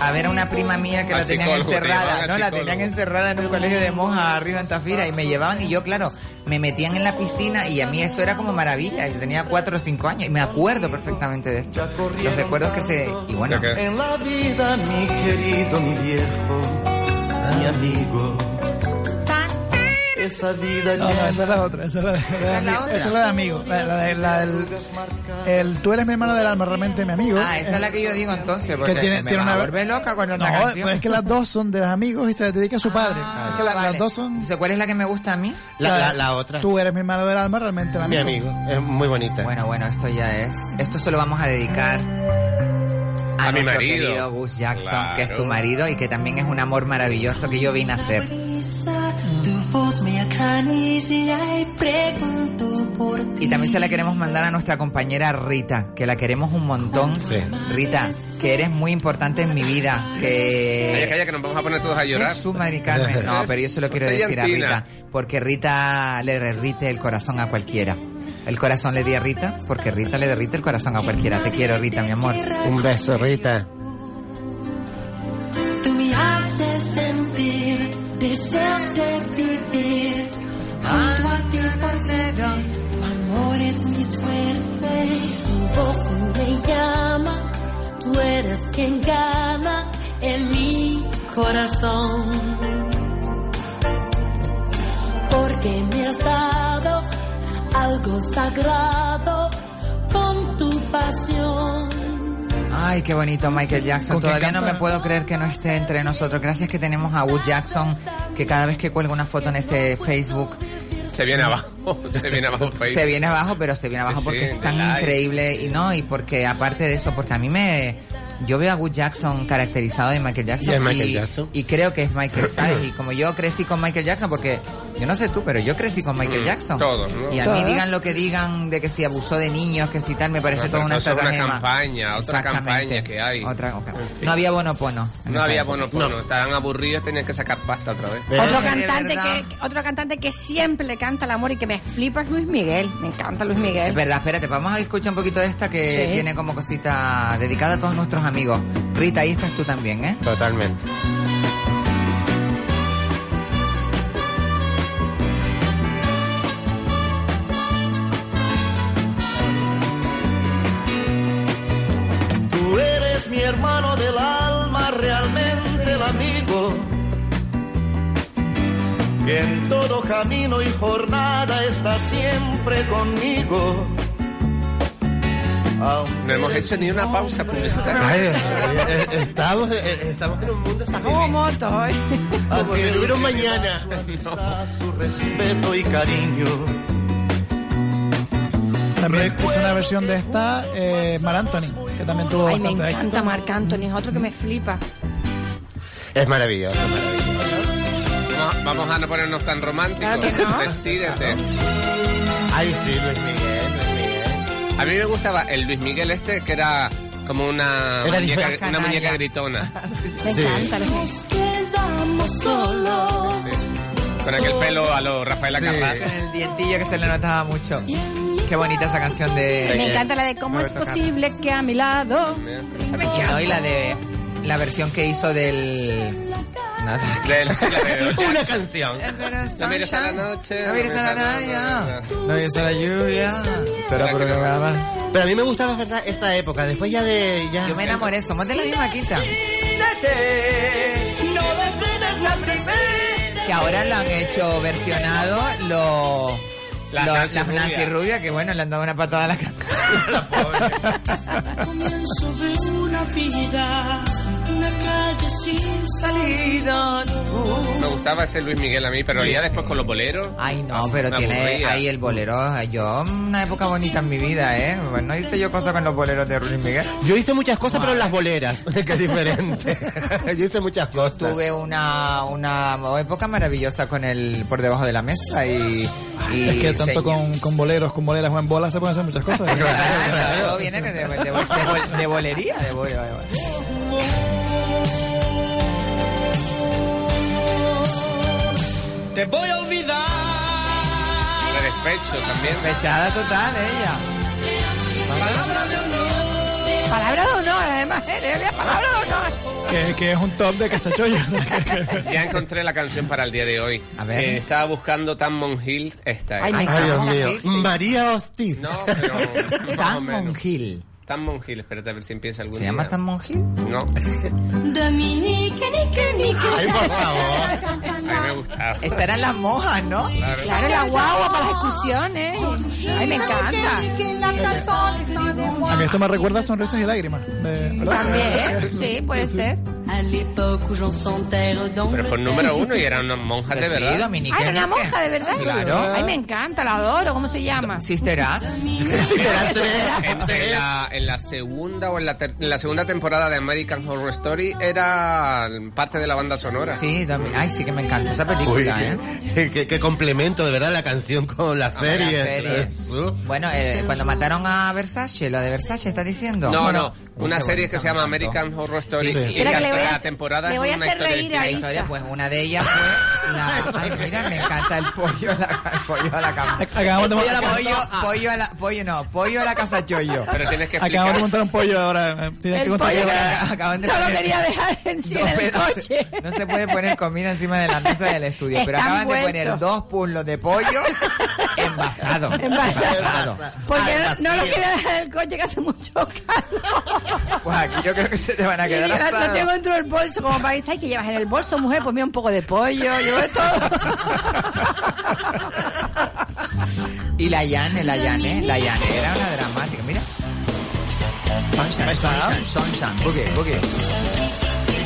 a ver a una prima mía que Al la tenían psicólogo, te encerrada, llevaban ¿no? al La psicólogo. tenían encerrada en un colegio de monjas arriba en Tafira y me llevaban y yo, claro, me metían en la piscina y a mí eso era como maravilla. Yo tenía cuatro o cinco años y me acuerdo perfectamente de esto. Los recuerdos que se... Y bueno, Eh, En la vida, mi querido, mi viejo, mi amigo. Esa vida No, no, llena esa es la otra, esa es la de, es la amigo, otra. esa es la de amigo, la, la de- la del- el, tú eres mi hermano del alma, realmente mi amigo. ah, esa es la que yo digo entonces, porque que tiene, me tiene vas a una volver loca cuando no, la canción. Ah, pero es que las dos son de los amigos y se las dedica a su padre. Es que la- Vale. las dos son Entonces, ¿Cuál es la que me gusta a mí? La- la- la otra. Tú eres mi hermano del alma, realmente la Mi amigo, es muy bonita. Bueno, bueno, esto ya es. Esto se lo vamos a dedicar a, A mi nuestro marido. querido Gus Jackson, Claro. que es tu marido y que también es un amor maravilloso que yo vine a hacer. Tu voz me acaricia y pregunto por ti. Y también se la queremos mandar a nuestra compañera Rita, que la queremos un montón. Rita, que eres muy importante en mi vida. Calla, Que calla, que nos vamos a poner todos a llorar. Jesús, Madre Carmen. No, pero yo se lo quiero Usted decir a llantina. Rita, porque Rita le derrite el corazón a cualquiera. El corazón le di a Rita, porque Rita le derrite el corazón a cualquiera. Te quiero, Rita, mi amor. Un beso, Rita. Tú me haces sentir deseos de vivir. Junto a ti concedo amores mi suerte. Tu voz me llama, tú eres quien gana en mi corazón. Porque me has dado consagrado con tu pasión. Ay, qué bonito Michael Jackson. ¿Con quién Todavía no canta? me puedo creer que no esté entre nosotros. Gracias que tenemos a Wood Jackson, que cada vez que cuelga una foto en ese Facebook Se viene abajo, se viene abajo Facebook. se viene abajo, pero se viene abajo Sí, porque sí, es tan de like. increíble y no, y porque aparte de eso, porque a mí me yo veo a Wood Jackson caracterizado de Michael Jackson Y es Michael Jackson. y creo que es Michael ¿sabes? y como yo crecí con Michael Jackson porque yo no sé tú, pero yo crecí con Michael Mm, Jackson. todos, ¿no? Y a Todos. mí digan lo que digan de que si abusó de niños, que si tal, me parece Pero toda una eso es una estratagema. campaña, otra Exactamente. campaña que hay. No había bonopono. en No esa había época. bono, bono. Estaban aburridos, tenían que sacar pasta otra vez. Eh, Otro cantante, que, otro cantante que siempre le canta el amor y que me flipa es Luis Miguel. Me encanta Luis Miguel. Es verdad, espérate, vamos a escuchar un poquito de esta que Sí. tiene como cosita dedicada a todos nuestros amigos. Rita, ahí estás tú también, ¿eh? Totalmente. Tú eres mi hermano del alma, realmente el amigo. Que en todo camino y jornada está siempre conmigo. No hemos hecho ni una pausa publicitaria. Ay, eh, eh, estamos, eh, eh, estamos en un mundo Como moto hoy. Como si no hubiera un mañana. Su amistad, su respeto y cariño. También hizo una versión de esta, eh, Mar Anthony, que también tuvo Ay, me bastante éxito. encanta Marc Anthony, es otro que me flipa. Es maravilloso, maravilloso. Vamos, vamos a no ponernos tan románticos. Decídete. Ay, sí, Luis Miguel, Luis Miguel. A mí me gustaba el Luis Miguel este, que era como una, Era muñeca, diferente. una muñeca gritona. Me Sí. encanta. Nos quedamos solos. Con aquel pelo a lo Rafaela Sí. Con Carrà. el dientillo que se le notaba mucho. Qué bonita esa canción de. Me encanta la de cómo es Roberto Carlos. posible que a mi lado. Esa me Y encanta. no, y la de. La versión que hizo del. Nada. Una canción. No mires a la noche. No mires a la No voy la lluvia. Será por Pero a mí me gustaba, ¿verdad? Esa época. Después ya de. Ya... Yo me enamoré, somos de la misma quinta. No decidas la primera. Que ahora lo han hecho versionado lo. La lo- Nancy las Nancy Rubia. Rubia, que bueno, le han dado una patada a la canción. Comienzo de una vida, una calle sin salida. Tú. Me gustaba ese Luis Miguel a mí, pero ya después con los boleros. Ay, no, pero me tiene aburría. ahí el bolero. Yo, una época bonita en mi vida, ¿eh? Bueno, no hice yo cosas con los boleros de Ruiz Miguel. Yo hice muchas cosas, pero en las boleras. que es diferente. Yo hice muchas cosas. Tuve una, una época maravillosa con el por debajo de la mesa y. y es que tanto señor- con, con boleros, con boleras o en bolas se pueden hacer muchas cosas. Claro, todo viene de, de, de- de- de bolería, de bol- de bol- Te voy a olvidar. De despecho también. Fechada total, ella. Palabra de honor, además, ¿eh? Mira, palabra de honor. que, que es un top de casachoya. Ya encontré la canción para el día de hoy. ver. Eh, estaba buscando Tan Hill esta. Ay, me Ay, Dios encanta. mío. Mm. María Hostil. No, pero más o Tan menos. Monjil. Tan Hill, espérate a ver si empieza algún ¿Se día. llama Tan Monjil? No, Dominique, nique, nique. Ay, por favor. a mí me gustaba. Estarán las mojas, ¿no? Claro. Claro, la guagua para las excursiones. Ay, me encanta. A mí esto me recuerda a sonrisas y lágrimas. de- ¿verdad? También, ¿eh? sí, puede ser. À l'époque où j'en sentais dans Pero fue el número uno y eran unas monjas de Pues sí, verdad. Dominique Ay, era una Enrique. monja, de verdad. Claro. Ay, me encanta, la adoro. ¿Cómo se llama? Sister Act. En la, en la segunda o en la, ter- en la segunda temporada de American Horror Story era parte de la banda sonora. Sí, Domi- ay, sí que me encanta esa Uy, película, ¿eh? qué, qué- qué complemento, de verdad, la canción con la Hombre, la serie. serie. Jesús. Bueno, eh, cuando mataron a Versace, la de Versace, ¿estás diciendo? No, Bueno, no, una qué serie bonito, que se llama me encantó. American Horror Story Sí, sí. y Mira que le voy a- cada temporada le voy a es una hacer historia reír distinta. a Isa. historia, pues una de ellas fue la... Ay, mira, me encanta el pollo, a la, el pollo a la cama. Acabamos de pollo, montar- pollo, Ah. pollo a la... Pollo no, pollo a la casa chollo. Pero tienes que Acabamos de explicar. montar un pollo ahora. eh, tienes que El contar- pollo Pollo a que- la- acaban de No lo poner- quería dejar en sí dos en el pedazos- coche. No se puede pues. poner comida encima de la mesa del estudio, pero Están acaban de poner vueltos. dos puzzles de pollo envasado. Envasado. Porque Ah, no, no lo vacío. quería dejar en el coche que hace mucho calor. Pues aquí yo creo que se te van a Y quedar mira, lo asados. tengo dentro del bolso, como para decir, ay, que llevas en el bolso, mujer, pues mira un poco de pollo, llevo de todo. Y la Yane, la Yane, la Yane era una dramática. Mira. Sunshine, sunshine, sunshine. Boogie, boogie.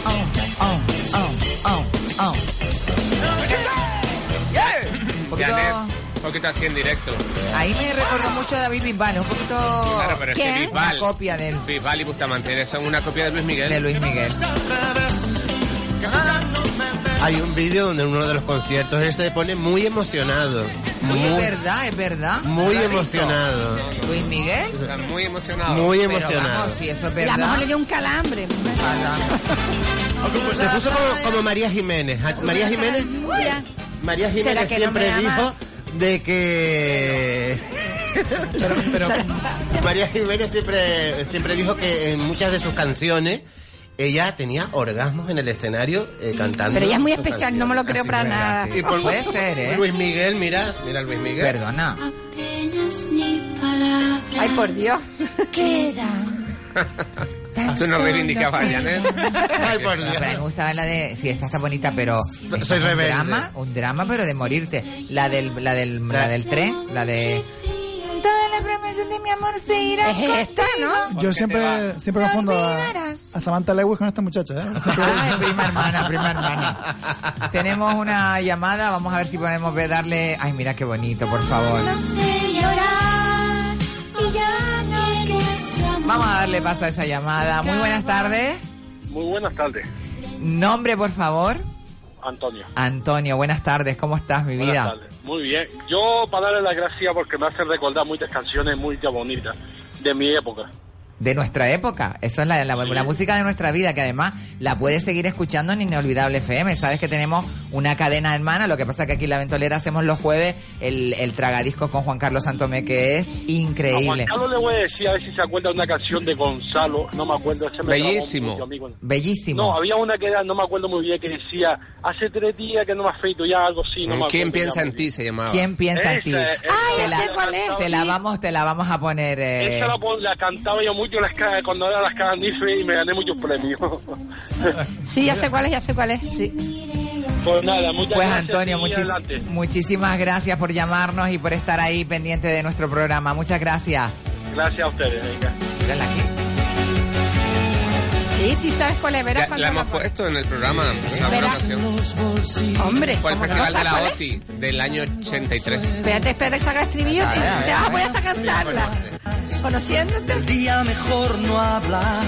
Oh, oh, oh, oh, oh. Yeah. Un poquito- Janet, un poquito así en directo. Ahí me recordó mucho a David Bisbal, un poquito Claro, pero es que Bisbal. una copia de él. Bisbal y Bustamante son una copia de Luis Miguel. De Luis Miguel. Hay un vídeo donde en uno de los conciertos él se pone muy emocionado. Oye, es Muy- verdad, es verdad. Muy ¿Lo has emocionado. visto? Luis Miguel. Está muy emocionado. Muy Pero emocionado. vamos, si eso es Y a lo mejor le verdad. dio un calambre. Se puso como, como María Jiménez. A- María Jiménez, Mira. María Jiménez ¿Será que no siempre me dijo amas? de que. María Jiménez siempre, siempre dijo que en muchas de sus canciones ella tenía orgasmos en el escenario eh, cantando. Pero ella es muy sus especial, no me lo creo canciones. para nada. Así es, así es. Y por- Puede ser, ¿eh? Luis Miguel, mira, mira Luis Miguel. Perdona. Apenas ni palabras. Ay, por Dios. Quedan. Tú no reivindicabas, Janet. Ay, por No, pero a mí me gustaba la de. Sí, esta está bonita, pero. esta soy es un rebelde. drama, un drama, pero de morirte. La del, la del, la del tren, la de. Todas las promesas de mi amor se irán. Es esta, ¿no? Yo siempre, Eh, siempre confundo a, a Samantha Lewis con esta muchacha. ¿eh? Siempre- Ay, ah, prima hermana, prima hermana. Tenemos una llamada, vamos a ver si podemos ver- darle. Ay, mira qué bonito, por favor. de llorar y ya no quieres amor. Vamos a darle paso a esa llamada. Muy buenas tardes. Muy buenas tardes, Nombre, por favor. Antonio. Antonio, buenas tardes. ¿Cómo estás, mi Buenas vida? tardes. Muy bien. Yo para darle las gracias porque me hacen recordar muchas canciones muy bonitas de mi época. De nuestra época. Eso es la, la- la música de nuestra vida, que además la puedes seguir escuchando en Inolvidable FM. Sabes que tenemos una cadena hermana. Lo que pasa que aquí en La Ventolera hacemos los jueves el, el tragadisco con Juan Carlos Santomé, que es A Ah, Juan increíble. Carlos le voy a decir a ver si se acuerda de una canción de Gonzalo, no me acuerdo. ese me grabó Bellísimo. mucho, amigo. Bellísimo. No, había una que era, no me acuerdo muy bien, que decía, hace tres días que no me afeito, ya algo así. No me ¿Quién acuerdo piensa ya en muy bien. ti? Se llamaba. ¿Quién piensa en ti? Esa es- Ay, Te ya la- sé cuál es. Te la vamos, te la vamos a poner. eh, Esa la, pon- la cantaba yo mucho en las, ca- cuando era las canifes y me gané muchos premios. Sí, ya sé cuál es, ya sé cuál es. Sí. pues nada, muchas Pues gracias. Antonio, y muchis- adelante. muchísimas gracias por llamarnos y por estar ahí pendiente de nuestro programa. Muchas gracias. Gracias a ustedes, venga. Mírala aquí. Sí, sí, sabes cuál es. Verás Ya, cuando la hemos puesto en el programa. esa buena Verás. canción. Hombre, Fue el ¿cómo Festival no de la sabes? OTI del año 83. Espérate, espérate que saca el estribillo. A Te, ver, a te ver. vas a poner hasta cantarla. pues, Conociéndote. El día mejor no hablar.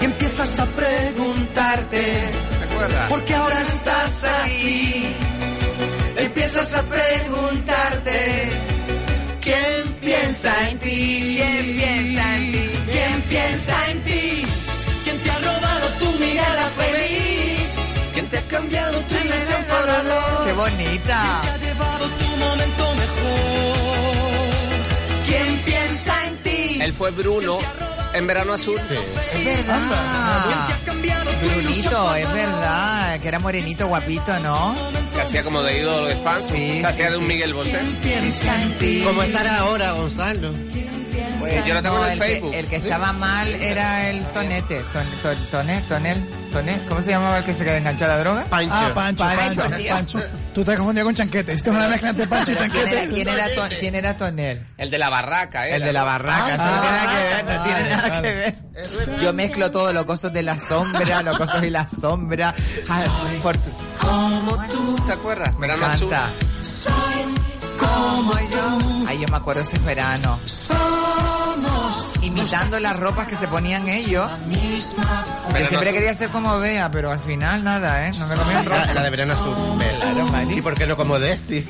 Y empiezas a preguntarte ¿Te acuerdas? por qué ahora estás aquí. Empiezas a preguntarte quién piensa en ti, quién piensa en ti, quién piensa en ti, quién te ha robado tu mirada feliz, quién te ha cambiado tu ilusión por valor. Qué bonita. ¿Quién se ha llevado tu momento mejor? ¿Quién piensa en ti? Él fue Bruno en Verano Azul. Es verdad. Brunito, Ah. es verdad. Que era morenito, guapito, ¿no? Que hacía como de ídolo de fans. que hacía de un Miguel Bosé. Piensa en ti. ¿Cómo estará ahora Gonzalo? Pues yo lo tengo en el que- Facebook. el que estaba mal era el Tonete. Ton, ton- tonel, tonel, tonel. ¿Cómo se llamaba el que se enganchó a la droga? Pancho. Ah, Pancho, Pancho, Pancho, tío. Pancho. Tú te has confundido con Chanquete. Esto es una mezcla entre Pancho y Pero ¿Quién era, Chanquete. quién era Ton- quién era Tonel? El de la barraca, ¿eh? El de la barraca. eso no tiene nada que ver, no tiene nada que ver. Yo mezclo todo, los cosos de la sombra, los cosos y la sombra. Ah, por tu- Como tú. ¿Te acuerdas? me Verano Azul. encanta. Ay, yo me acuerdo ese verano. Imitando las ropas que se ponían ellos. Yo Verano siempre Azul. quería ser como Bea, pero al final nada, ¿eh? No me comían ropa. La, la de verano azul. ¿Y por qué no como Desti?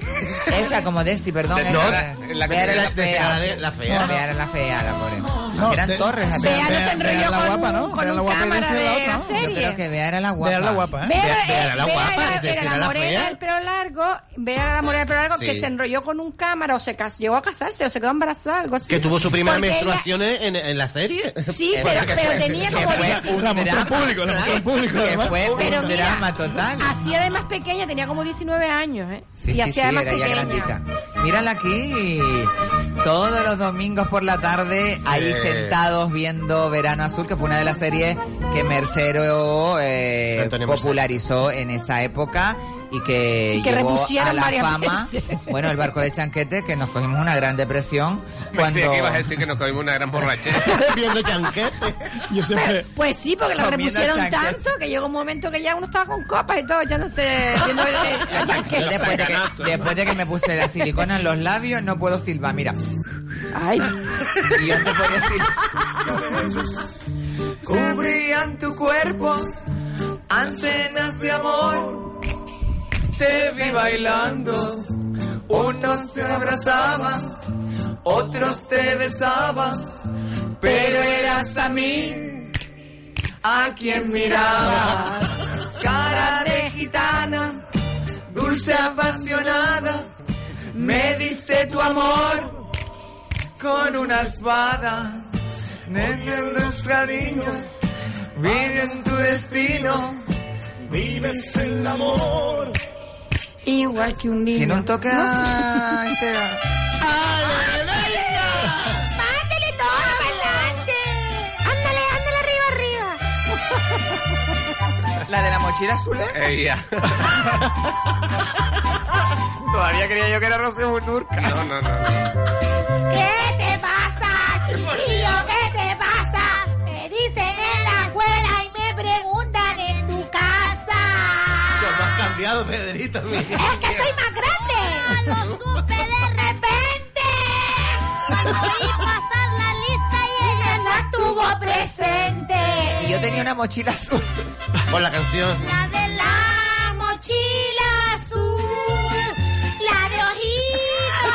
Esa como Desti, perdón. No, esa. la- Bea la que- era la la- fea. la de- la fea. No, Bea era la fea, la pobre. No, Eran de- Torres. Bea- además. Vea, no se Bea- Bea enrolló la con, guapa, un- ¿no? con Bea la un guapa y cámara ese de era la otro, ¿no? Yo creo serie. que ¿eh? Bea era la guapa. Vea la guapa, ¿eh? Bea Bea- Bea era, era la Bea guapa, era- es decir, era era la la morena fea. del pelo largo, Bea era la morena del pelo largo que Sí. se enrolló con un cámara o se cas- llegó a casarse o se quedó embarazada, algo así. Que tuvo su primera Porque ella- menstruación en, en la serie. Sí, pero, pero tenía Que como fue 19. un drama. ¿eh? público, la mostró en público, Que además. fue Pero un mira, drama total. Hacía de más pequeña, tenía como 19 años, ¿eh? Sí, y sí, sí, hacía de más era ya pequeña. grandita. Mírala aquí. Todos los domingos por la tarde, ahí Sí. sentados viendo Verano Azul, que fue una de las series que Mercero eh, Antonio Mercero. popularizó en esa época y que, Y que llevó a repusieron la varias fama. veces. Bueno, el barco de Chanquete, que nos cogimos una gran depresión cuando. Pensé que ibas a decir que nos comimos una gran borrachera. Viendo Chanquete. Yo siempre. Pues sí, porque la Comiendo repusieron chanquete. tanto que llegó un momento que ya uno estaba con copas y todo, ya no sé, viendo el- el Yo chanquete. después, de que, después de que me puse la silicona en los labios, no puedo silbar, mira. Ay. Y yo te puedo decir. Cubrían tu cuerpo antenas de amor. Te vi bailando, unos te abrazaban, otros te besaban, pero eras a mí a quien mirabas. Cara de gitana, dulce apasionada, me diste tu amor con una espada. Nenen tus cariños, vives tu destino, vives el amor. Igual que un niño. Tiene un toque. a- este- ¡Mándale todo adelante! ¡Ándale, ándale arriba, arriba! La de la mochila azul. ¿eh? Ella. Todavía creía yo que era Rosy Bunurka. No, no, no. ¿Qué te pasa, chiquillo? ¿Qué te pasa? Me dicen en la escuela y me preguntan en tu casa. Lo has cambiado, Pedrito. mira. ¡Es que soy más grande! ¡Lo supe de repente! Cuando vi pasar la lista y ella la tuvo presente. Y yo tenía una mochila azul. Con la canción. La de la mochila azul, la de ojitos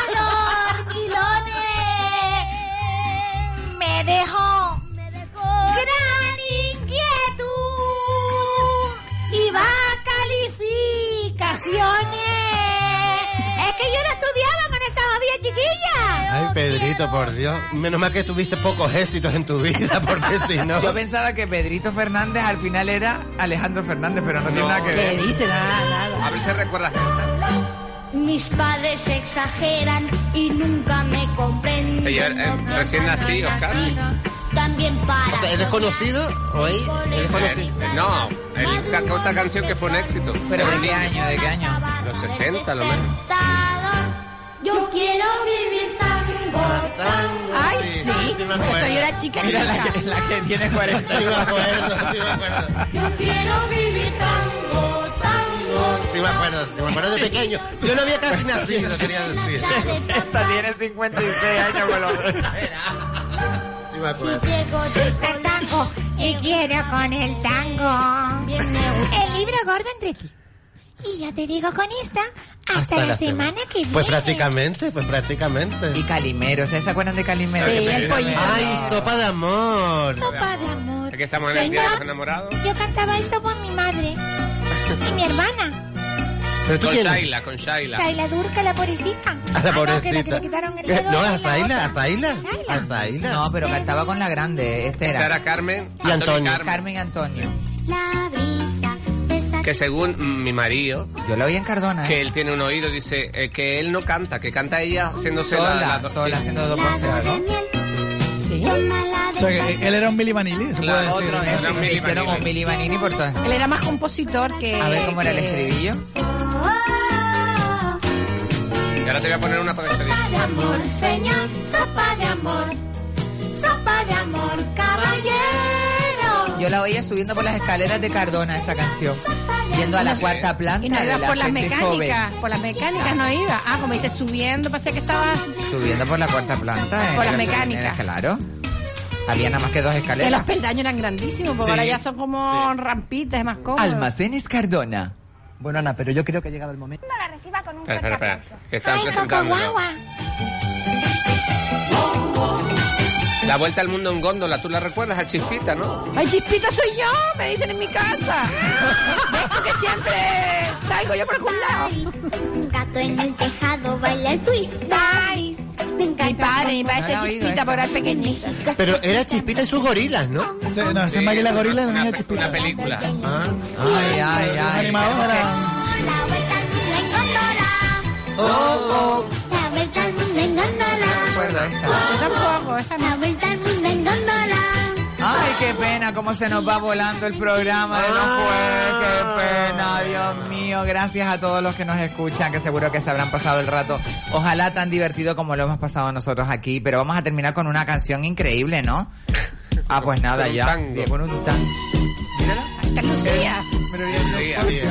dormilones, me dejó gran inquietud y va calificaciones. Es que yo no estudiaba con esas odias chiquillas. Ay, Pedrito, por Dios. Menos mal que tuviste pocos éxitos en tu vida, porque si no. Yo pensaba que Pedrito Fernández al final era Alejandro Fernández, pero no, tiene No. nada que ¿Qué ver. dice? Nada, A Ah, nada. ver si recuerdas esta. Mis padres exageran y nunca me comprenden. Ella eh, recién nací, o casi. También para. O sea, ¿eres conocido? ¿O él? ¿Eres Eh, conocido? no, él sacó esta canción que fue un éxito. Pero ¿de qué año? ¿De qué año? Los 60, lo menos. Yo quiero vivir tango. Ay, sí. Esto yo era chica Mira la chica. que, la que tiene 40. Sí me ¿eh? acuerdo, sí me acuerdo. Yo quiero vivir tango, tango. Sí me acuerdo, sí me acuerdo de pequeño. Yo no había casi nacido, quería decir. Esta tiene 56 años, pero... Sí me acuerdo. Llego de El tango, y quiero con el tango. El libro gordo entre ti. Y yo te digo con esta, hasta, la, semana, que viene. Pues prácticamente, pues prácticamente. Y Calimero, ¿ustedes se acuerdan de Calimero? Sí, Que el Pedrito- pollito. Ay, sopa de amor. Sopa de amor. Aquí estamos en el día de los enamorados. Yo cantaba esto con mi madre y mi hermana, Pero tú Con quién eres? Shaila, con Shaila. Shaila Durca, la pobrecita. A Ah, la no, que la que pobrecita. le quitaron el ¿Qué? dedo. No, y la a Zaila, a otra. Zaila. A Zaila. No, pero cantaba con la grande, este Esta era. era Carmen Y Antonio. Carmen. Carmen Antonio. La brisa besa Que según mi marido, Yo la oí en Cardona. que ¿eh? él tiene un oído, dice eh, que él no canta, que canta ella haciéndose la- la, Sola, la- sola, sí. haciendo dos la voces, de ¿no? miel, Sí. tómala O de sea, que él era un Milli Vanilli, se puede Claro, decir. Otro, ¿no? eh, Era un Milli hicieron un Vanilli. Milli Vanilli por todas. Él era más compositor que. A ver cómo era el que- estribillo. amor. Y ahora te voy a poner una por experiencia. Sopa de amor, señor, sopa de amor, sopa de amor, caballero. Yo la oía subiendo por las escaleras de Cardona esta canción. Yendo a la cuarta planta Y no de iba la por las gente mecánicas. Por las mecánicas no iba. Ah, como dice, subiendo, parece que estaba. joven. Subiendo por la cuarta planta. en Por las la- mecánicas. en la- Claro. Había nada más que dos Que los escaleras. peldaños eran grandísimos, porque Sí. ahora ya son como rampitas, es más cómodo. Almacenes Cardona. Bueno, Ana, pero yo creo que ha llegado el momento. la reciba con un Espera, espera, espera. Que están Ay, Coco presentando. Guagua. La vuelta al mundo en góndola, tú la recuerdas a Chispita, ¿no? ¡Ay, chispita, soy yo! Me dicen en mi casa. Esto que siempre salgo yo por algún lado. Un gato en el tejado baila el twist. Nice. Me encanta. Mi padre, mi padre No la decía he oído eh. chispita, esta. porque era pequeñito. Pero era Chispita y sus gorilas, ¿no? Sí, no, ese es Maggie la Gorila y la una, niña pe- Chispita. Una película. Ah, ah. Ay, ay, Los ay. animados era- La vuelta al mundo en góndola. Oh, La vuelta al mundo en góndola. Recuerdo esta. Yo tampoco, esa no. La vuelta al mundo en cómo se nos va volando el programa de los jueves. Qué pena, Dios mío. Gracias a todos los que nos escuchan, que seguro que se habrán pasado el rato. Ojalá tan divertido como lo hemos pasado nosotros aquí. Pero vamos a terminar con una canción increíble, ¿no? Ah, pues nada, Con un ya. tango. Con un tango. Mírala. Hasta Lucía. Eh, Lucía, bien.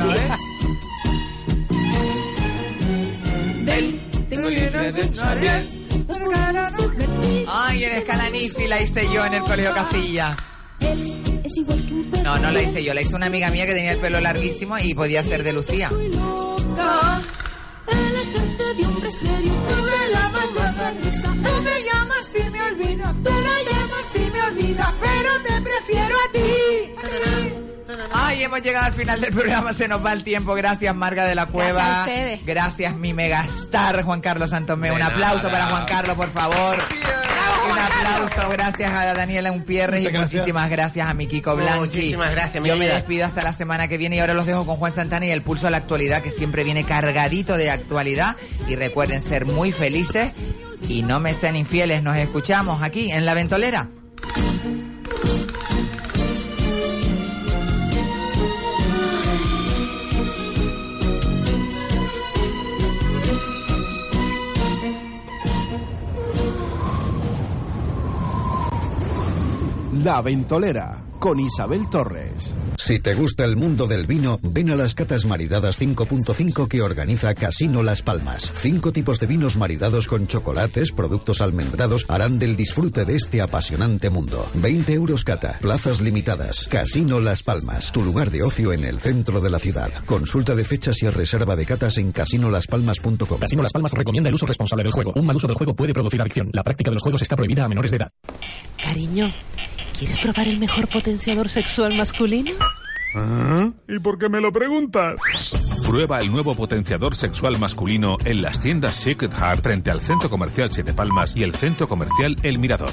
Ay, el escalanifi la hice yo en el Colegio Castilla. Es igual que un No, no la hice yo, la hizo una amiga mía que tenía el pelo larguísimo y podía ser de Lucía. perro. Alejarte de hombre serio. Tú me lavas la sonrisa. Tú me llamas si me olvidas. Tú la llamas si me olvidas. Pero te prefiero a ti. Ay, hemos llegado al final del programa, se nos va el tiempo. Gracias, Marga de la Cueva. Gracias a ustedes. Gracias, mi megastar, Juan Carlos Santomé. De Un aplauso nada. para Juan Carlos, por favor. Un aplauso, gracias a Daniela Umpierre y Muchas gracias. muchísimas gracias a mi Kiko Blanqui. Muchísimas gracias, mi Yo me vida. despido hasta la semana que viene y ahora los dejo con Juan Santana y el pulso a la actualidad que siempre viene cargadito de actualidad. Y recuerden ser muy felices y no me sean infieles. Nos escuchamos aquí en La Ventolera. La Ventolera con Isabel Torres. Si te gusta el mundo del vino, ven a las catas maridadas 5.5 que organiza Casino Las Palmas. Cinco tipos de vinos maridados con chocolates, productos almendrados harán del disfrute de este apasionante mundo. 20 euros cata, plazas limitadas. Casino Las Palmas, tu lugar de ocio en el centro de la ciudad. Consulta de fechas y reserva de catas en casinolaspalmas.com. Casino Las Palmas recomienda el uso responsable del juego. Un mal uso del juego puede producir adicción. La práctica de los juegos está prohibida a menores de edad. Cariño, ¿quieres probar el mejor potenciador sexual masculino? ¿Y por qué me lo preguntas? Prueba el nuevo potenciador sexual masculino en las tiendas Secret Heart frente al Centro Comercial Siete Palmas y el Centro Comercial El Mirador.